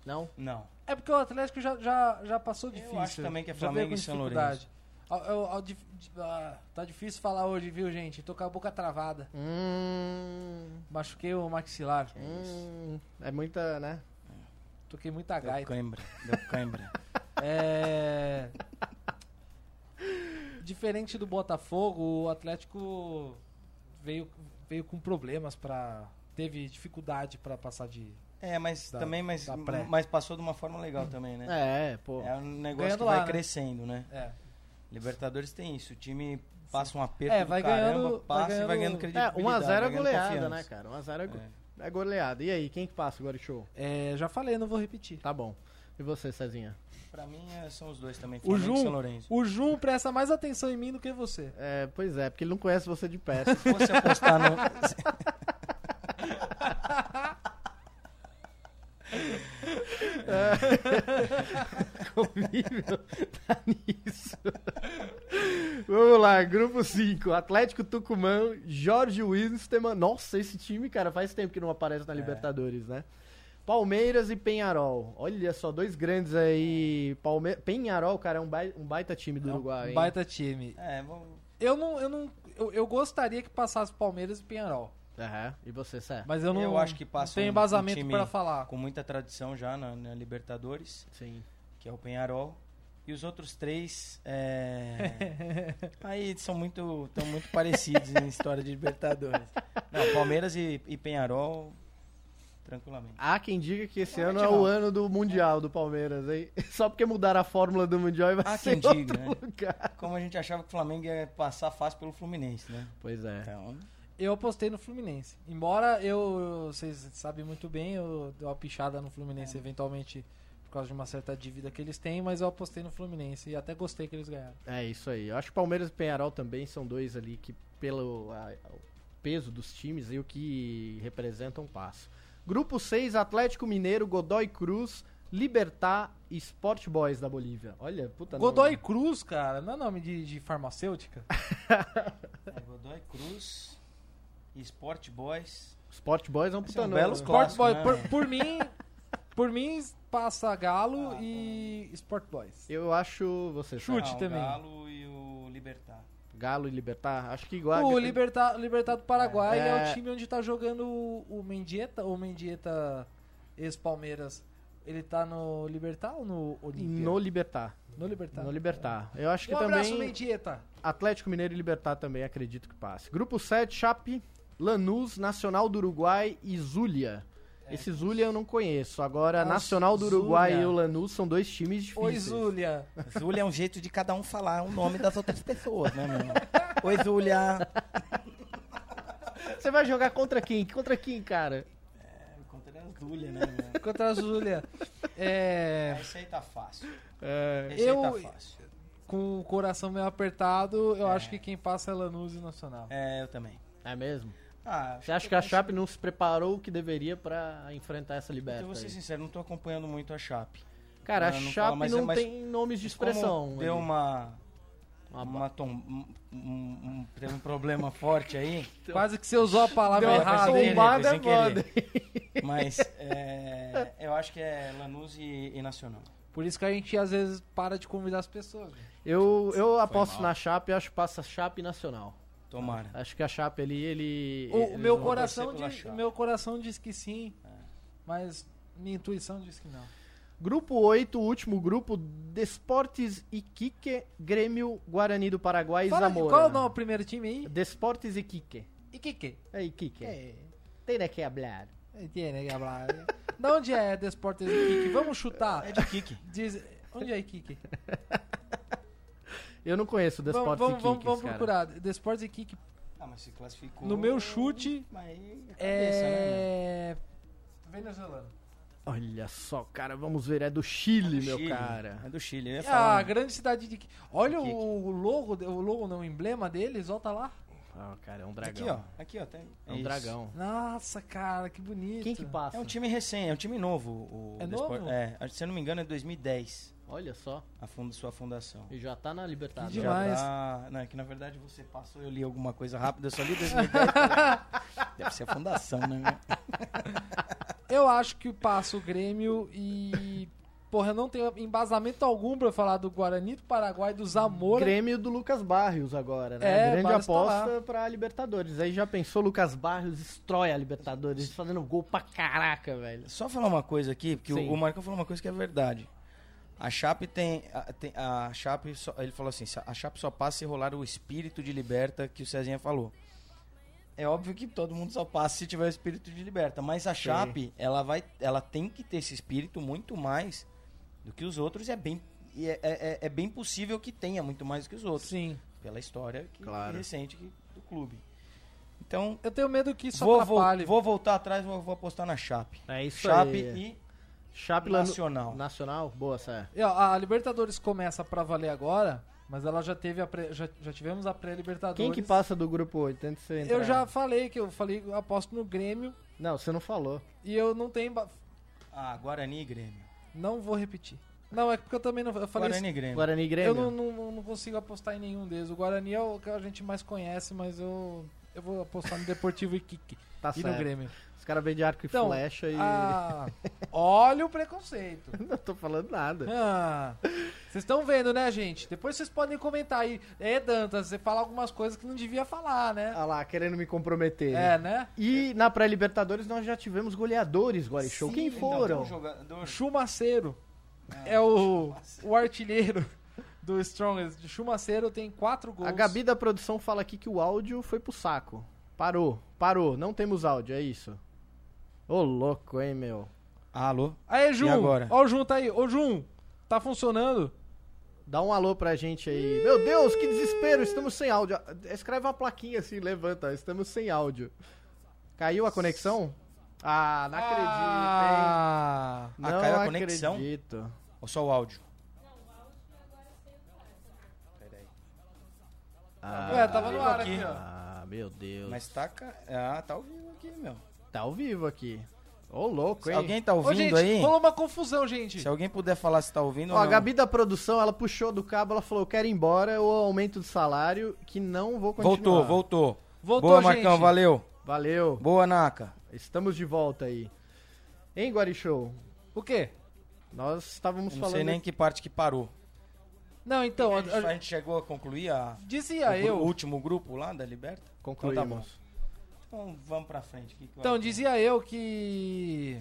Não? Não. É porque o Atlético já, já, já passou difícil. acho também que é Já veio Flamengo com e São dificuldade. Ao- ao- ao dif- di- ah, tá difícil falar hoje, viu, gente? Tô com a boca travada. Hum. Machuquei o maxilar. Hum. É muita, né? Toquei muita Deu gaita. cãibra. Deu <laughs> cãibra. É... Diferente do Botafogo, o Atlético veio, veio com problemas para Teve dificuldade pra passar de. É, mas Da- também, mas, da pré. mas passou de uma forma legal também, né? É, pô. É um negócio Ganhando que vai lá, né? crescendo, né? É. Libertadores tem isso. O time passa um aperto É, do vai caramba, ganhando- vai passa e vai ganhando- ganhando É, É, credibilidade. 1x0 é vai ganhando goleada, confiança. né, cara? 1x0 é, go- É. é goleada. E aí, quem que passa agora, show? É, já falei, não vou repetir. Tá bom. E você, Cezinha? Pra mim é- são os dois também, O Flamengo e São Jun, <laughs> Lourenço. o Jun presta mais atenção em mim do que você. É, pois é, porque ele não conhece você de perto. Se fosse apostar no... <laughs> Convívio <laughs> tá nisso. Vamos lá, grupo 5. Atlético Tucumã, Jorge Wilstermann. Nossa, esse time, cara, faz tempo que não aparece na Libertadores, né? Palmeiras e Penharol. Olha só, dois grandes aí. Palme... Penharol, cara, é um, bai- um baita time do Uruguai. hein? Baita time. É, vou... Eu não. Eu, não eu, eu gostaria que passasse Palmeiras e Penharol. Aham. E você, Sé? Mas eu não. Eu acho que passa não tenho um- um embasamento time- pra falar. com muita tradição já na, na Libertadores, Sim. que é o Penharol. E os outros três, <laughs> é... aí são muito, tão muito parecidos em história de Libertadores. Não, Palmeiras e, e Penharol, tranquilamente. Há quem diga que esse ano é Mundial. o ano do Mundial do Palmeiras, hein? <laughs> Só porque mudaram a fórmula do Mundial e vai Há ser quem outro diga, né? lugar. Como a gente achava que o Flamengo ia passar fácil pelo Fluminense, né? Pois é. Então, Eu apostei no Fluminense. Embora eu, vocês sabem muito bem, eu dei uma pichada no É. Fluminense eventualmente por causa de uma certa dívida que eles têm, mas eu apostei no Fluminense e até gostei que eles ganharam. É isso aí. Eu acho que Palmeiras e Penharol também são dois ali que, pelo a- o peso dos times e o que representam, passo. Grupo 6, Atlético Mineiro, Godoy Cruz, Libertar e Sport Boys da Bolívia. Olha, Tá puta Godoy nome. né? Cruz, cara, não é nome de, de farmacêutica? é, Godoy Cruz, Sport Boys. Sport Boys é um Esse puta é um nome. belo né? clássico. Sport Boy, né? por, por mim, por mim passa Galo Ah, e tá. Sport Boys. Eu acho você. Chute. Chute. o também. Galo e o Libertar. Galo e Libertar. Acho que igual. o Liberta, Libertad do Paraguai ele é, É. o time onde tá jogando o o Mendieta, o Mendieta ex-Palmeiras. Ele tá no Libertar ou no Olímpia? No Libertar. No Libertar. No Libertar. Eu acho que Tá. um também. abraço, Mendieta. Atlético Mineiro e Libertar também acredito que passe. Grupo 7, Chape, Lanús, Nacional do Uruguai e Zulia. Esse Zulia eu não conheço. Agora, Ah, Nacional do Zulia. Uruguai e o Lanús são dois times Oi, difíceis. Zulia. Zulia é um jeito de cada um falar o nome das outras pessoas, né, meu irmão? Oi, Zulia. Você vai jogar contra quem? Contra quem, cara? Contra a Zulia, né, meu? Contra a Zulia. É, Esse aí tá fácil. É, Esse Eu- aí tá fácil. com o coração meio apertado, eu acho que quem passa é Lanús e Nacional. É, eu também. é mesmo? Ah, Você acha que a Chape não se preparou o que deveria pra enfrentar essa Eu liberta? vou ser aí? sincero, não tô acompanhando muito a Chape. Cara, a Não, não Chape fala, mas- não mas- tem nomes de é Como expressão. Deu ali. uma... Uma- uma tom, um, um- um- teve um problema forte aí. Quase que você usou a palavra Deu uma errada, tombada. hein? Tombada sem é querer. foda. Mas é, eu acho que é Lanús e, e Nacional. Por isso que a gente às vezes para de convidar as pessoas. né? Eu, eu aposto na Chape, acho que passa Chape e Nacional. Tomara. Acho que a Chape ali, ele... O, o eles meu vão- coração torcer pela diz, Chape. meu coração diz que sim, mas minha intuição diz que não. Grupo 8, o último grupo, Desportes Iquique, Grêmio, Guarani do Paraguai e Fala de- Zamora. qual é o nome do primeiro time aí? Desportes Iquique. E que que? É Iquique. É, Tem né que hablar. Tiene que hablar. Da onde é Desportes e Kiki? Vamos chutar. tá. É de kick. Diz, onde é Kiki? Eu não conheço Vamos, Desportes vamos, Iquique, vamos, vamos cara. procurar. Desportes e Kiki. Ah, mas se classificou... No meu chute, Mas aí é... cabeça, né, é... Venezuelano. Olha só, cara, vamos ver. É do Chile, meu meu? Chile. cara. É do Chile, eu ia Ah, falar. a grande cidade de Kiki. Olha Iquique. o logo, de- o logo não, o emblema deles, olha tá lá. Ah, cara, é um Aqui, dragão. ó. Aqui, ó. Tá... É um Isso. dragão. Nossa, cara, que bonito. Quem que passa? É um time recém, é um time novo. O É The novo? Sport- É, acho que, se eu não me engano é 2010 Olha só, a funda, sua fundação. e já tá na Libertadores. Que demais. tá- Não, é que na verdade você passou, eu li alguma coisa rápida, eu só li <laughs> 2010. falei, Deve ser a fundação, né? meu?" Eu acho que passa o Grêmio e... Porra, eu não tenho embasamento algum pra falar do Guarani, do Paraguai, do Zamora. Grêmio do Lucas Barrios agora, né? né? É, Grande Barrios tá aposta pra Libertadores. Aí já pensou, Lucas Barrios destrói a Libertadores, fazendo gol pra caraca, velho. Só falar uma coisa aqui, porque Sim. o, o Marcão falou uma coisa que é verdade. A Chape tem. A, tem- a Chape só- ele falou assim: a Chape só passa se rolar o espírito de liberta que o Cezinha falou. É óbvio que todo mundo só passa se tiver o espírito de liberta, mas a Chape, ela vai, ela tem que ter esse espírito muito mais do que os outros, e é bem, e é, é- é bem possível que tenha muito mais do que os outros, Sim. pela história que- Claro. recente que- do clube. Então, Eu tenho medo que isso vou, vol- atrapalhe. vou voltar atrás, vou, vou apostar na Chape. É isso Chape aí. e Chape Lanu- Nacional. Nacional? Boa, Saia. E, ó, a Libertadores começa pra valer agora, mas ela já teve a pré- já, já tivemos a pré-Libertadores. Quem que passa do grupo 8 antes de você entrar? Eu já falei que eu falei, eu aposto no Grêmio Não, você não falou. e eu não tenho ba- Ah, Guarani e Grêmio. não vou repetir. Não, é porque eu também não eu falei Guarani e Grêmio. Guarani e isso, Grêmio. eu não, não- não- não consigo apostar em nenhum deles. O Guarani é o que a gente mais conhece, mas eu eu vou apostar no Deportivo Iquique <laughs> Tá e certo. no Grêmio. Os caras vêm de arco e Então, flecha e. Ah, olha o preconceito. <laughs> Não tô falando nada. Ah, Vocês estão vendo, né, gente? Depois vocês podem comentar aí. É, Dantas, você fala algumas coisas que não devia falar, né? Olha lá, querendo me comprometer. É, né? E na pré-Libertadores nós já tivemos goleadores, Guarichou. Sim, Quem então, foram? tem um jogador- O Chumaceiro é o, o artilheiro do Strongest. O Chumaceiro tem quatro gols. A Gabi da produção fala aqui que o áudio foi pro saco. Parou, parou. Não temos áudio, é isso. Ô, louco, hein, meu. Ah, Alô? Aê, Jun! E agora? Ó, o Jun tá aí. Ô, Jun, tá funcionando? Dá um alô pra gente aí. Meu Deus, que desespero, estamos sem áudio. Escreve uma plaquinha assim, levanta, estamos sem áudio. Caiu a conexão? Ah, não acredito, hein? Ah, Ah, Não caiu a conexão? acredito. Ou só o áudio? Ué, Ah, é, tava no vivo ar aqui. aqui, ó. Ah, meu Deus. Mas tá. ca- Ah, tá ao vivo aqui, meu. Tá ao vivo aqui. Ô, louco, hein? Alguém tá Ô, ouvindo gente, aí? rolou uma confusão, gente. Se alguém puder falar se tá ouvindo Ó, ou a não. Gabi da produção, ela puxou do cabo, ela falou, eu quero ir embora, ou aumento de salário, que não vou continuar. Voltou, voltou. Voltou, Boa, gente. Marcão, valeu. Valeu, Boa, Naka. estamos de volta aí. Hein, Guarichou? O quê? Nós estávamos Eu Não falando... sei nem que parte que parou. Não, é então, a, gente, a- a a- gente chegou a concluir a, dizia o, gru- o eu. último grupo lá da Liberta? Concluímos. Então tá bom. Então vamos pra frente. que que eu Então, acho? dizia eu que.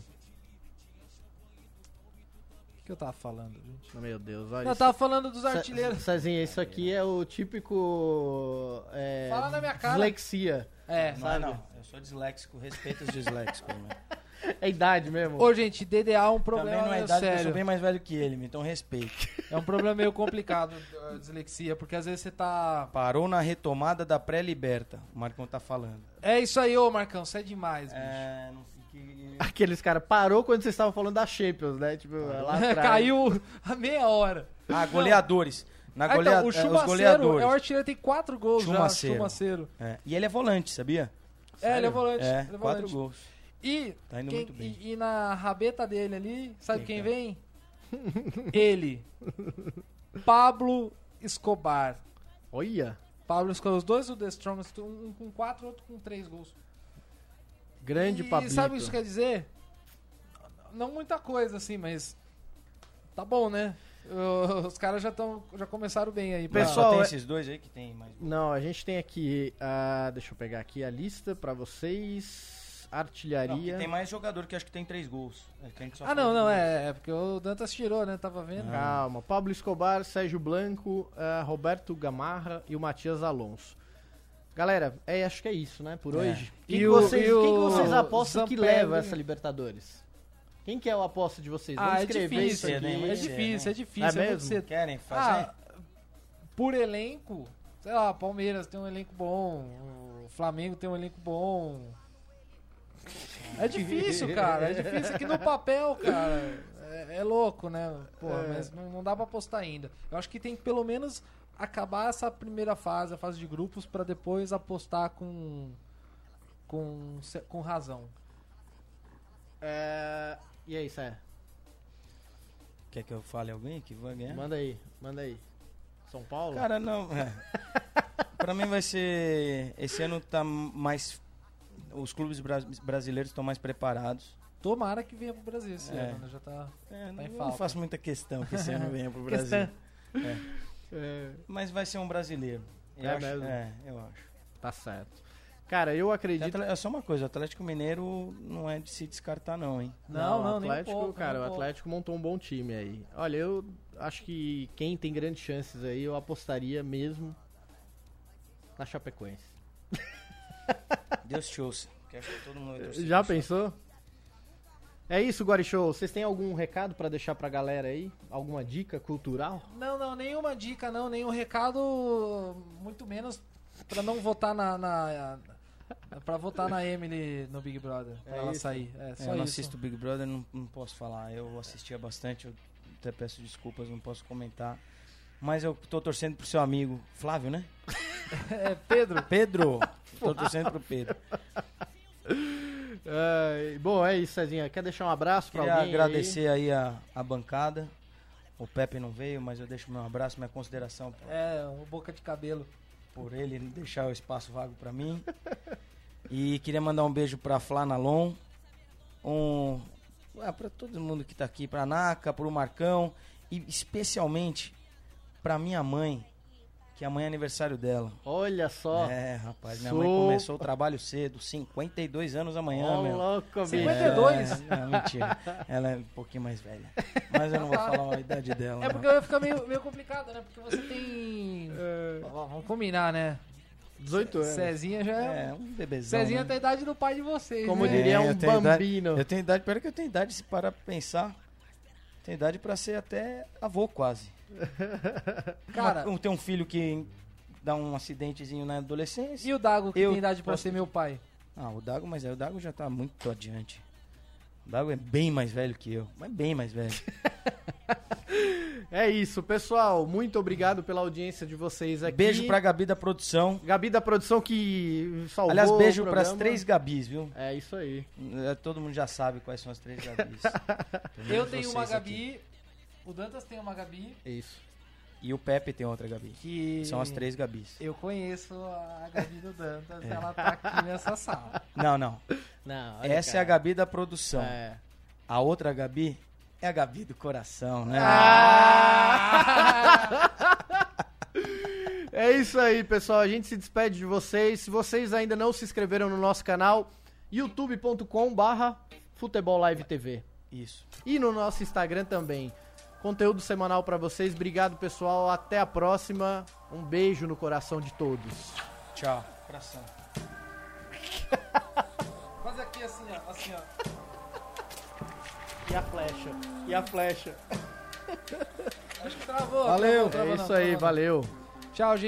O que eu tava falando, gente? Meu Deus, olha Não, eu tava falando dos <laughs> artilheiros. Cezinha, isso aqui é o típico... É, Fala na minha cara. Dislexia. É. Não, é não, eu sou disléxico, respeito os disléxicos. <laughs> meu. É idade mesmo. Ô, gente, DDA é um Também problema não é meio idade, porque eu sério. sou bem mais velho que ele, então respeite. É um problema meio complicado, <laughs> a dislexia, porque às vezes você tá. Parou na retomada da pré-liberta, o Marcão tá falando. É isso aí, ô Marcão, você é demais, bicho. É, não sei que... Aqueles caras parou quando vocês estavam falando da Champions, né? <laughs> Tipo, lá atrás. Caiu a meia hora. Ah, goleadores. Na Ah, golea... então, o eh, os Chumaceiro goleadores. é o artilheiro, tem quatro gols Chumaceiro. já. Chumaceiro. É, E ele é volante, sabia? É, ele é volante. É, ele é quatro volante. gols. E, Tá indo quem- muito bem. e- e na rabeta dele ali, sabe Quem é? quem, vem? Ele. Pablo Escobar. Olha, Pablo Escobar, os dois do The Strongest, um um com quatro, outro com três gols. grande e Pablito. sabe o que é- isso quer dizer? Não muita coisa, assim, mas. Tá bom, né? Eu- Os caras já, tão, já começaram bem aí. pra- Pessoal, Só tem é- esses dois aí que tem mais gols. Não, a gente tem aqui. a. deixa eu pegar aqui a lista pra vocês. Não, porque Artilharia. tem mais jogador que acho que tem três gols. É, que a gente só Ah, falou não, não, de gols. é, é porque o Dantas tirou, né? Tava Ah, vendo. Ah. Calma. Pablo Escobar, Sérgio Blanco, ah, Roberto Gamarra e o Matias Alonso. Galera, é, acho que é isso, né? Por É. hoje. Quem, E que o- vocês, e quem que o vocês apostam que Sampaio- leva essa Libertadores? Quem que é o aposta de vocês? Vamos Ah, é escrever difícil, isso aqui. né? é Mas- difícil, é difícil. É é muito mesmo? cedo. Querem fazer? Ah, por elenco, sei lá, Palmeiras tem um elenco bom, o Flamengo tem um elenco bom. É difícil, cara. É difícil aqui no papel, cara. É, é louco, né? Pô, É. mas não, não dá pra apostar ainda. Eu acho que tem que pelo menos acabar essa primeira fase, a fase de grupos, pra depois apostar com com se- com razão. É, E aí, Sé? Quer que eu fale alguém que vai ganhar? Manda aí, manda aí. São Paulo? Cara, não. <laughs> É. pra mim vai ser. Esse ano tá mais. Os clubes bra- brasileiros estão mais preparados. Tomara que venha pro Brasil esse É. ano, né? já tá. É, Tá em não, falta. faço muita questão que esse <laughs> ano venha pro Brasil. É. Mas vai ser um brasileiro. Eu É acho, mesmo? É, eu acho. Tá certo. Cara, eu E acredito. Atl- É só uma coisa, o Atlético Mineiro não é de se descartar, não, hein? Não, não, o nem um Atlético, pouco, cara, nem um o pouco. Atlético montou um bom time aí. Olha, eu acho que quem tem grandes chances aí, eu apostaria mesmo na Chapecoense. Deus te ouça. Que acho que todo mundo vai torcer Eh, Já pro Santos. pensou? É isso, Guarichou. Vocês têm algum recado pra deixar pra galera aí? Alguma dica cultural? Não, não, nenhuma dica, não, nenhum recado, muito menos pra não votar na, na- É pra votar na Emily no Big Brother. Pra É ela isso. sair. É, É, só eu não isso. assisto Big Brother, não, não posso falar. Eu assistia bastante, eu até peço desculpas, não posso comentar. Mas eu tô torcendo pro seu amigo, Flávio, né? <laughs> É, Pedro. <laughs> <laughs> Pedro! tô torcendo pro Pedro. Ai, bom, é isso, Cezinha. Quer deixar um abraço pra Queria alguém? aí? agradecer aí, a, a bancada. O Pepe não veio, mas eu deixo meu abraço, minha consideração por, É, um boca de cabelo. por ele não deixar o espaço vago pra mim. E queria mandar um beijo pra Flanalon, um ah, para todo mundo que tá aqui, pra Naka, pro Marcão e especialmente pra minha mãe, que amanhã é aniversário dela. Olha só. É, rapaz, minha mãe Sou- começou o trabalho cedo, 52 anos amanhã, Ó, meu. louco, bicho. 52? É, não, mentira. Ela é um pouquinho mais velha. Mas <laughs> eu não vou falar a idade dela. É não. porque eu ia ficar meio, meio complicado, né? Porque você tem. Ó, Vamos combinar, né? 18 anos. Cezinha já é. É, um bebezão. Cezinha né? tem a idade do pai de vocês. Como né? diria um É, eu tenho idade- bambino. eu tenho idade, pior que eu tenho idade, se parar pra pensar, tenho idade pra ser até avô quase. Cara, Eu tenho um filho que dá um acidentezinho na adolescência. e o Dago que Eu tem idade pra posso- ser meu pai? Ah, o Dago, mas aí o Dago já tá muito adiante. O Dago é bem mais velho que eu, mas bem mais <laughs> velho. É isso, pessoal. Muito obrigado pela audiência de vocês aqui. Beijo pra Gabi da produção. Gabi da produção que salvou Aliás, beijo o pras programa. três Gabis, viu? É isso aí. É, Todo mundo já sabe quais são as três <laughs> Gabis. Pelo menos Eu tenho uma vocês aqui. Gabi, o Dantas tem uma Gabi, É isso. E o Pepe tem outra Gabi. que. São as três Gabis. Eu conheço a Gabi do É. Dantas, ela tá aqui nessa <laughs> sala. Não, não. Não, Essa é a Gabi da produção. É. A outra Gabi é a Gabi do coração, né? Ah. É isso aí, pessoal. A gente se despede de vocês. Se vocês ainda não se inscreveram no nosso canal, youtube.com barra Futebol Live TV. Isso. E no nosso Instagram também. Conteúdo semanal pra vocês. Obrigado, pessoal. Até a próxima. Um beijo no coração de todos. Tchau. Coração. Faz aqui assim, ó, assim, ó. E a flecha. E a flecha. Travou, travou, Valeu. travou, É não, isso aí, travou, valeu. não. Tchau, gente.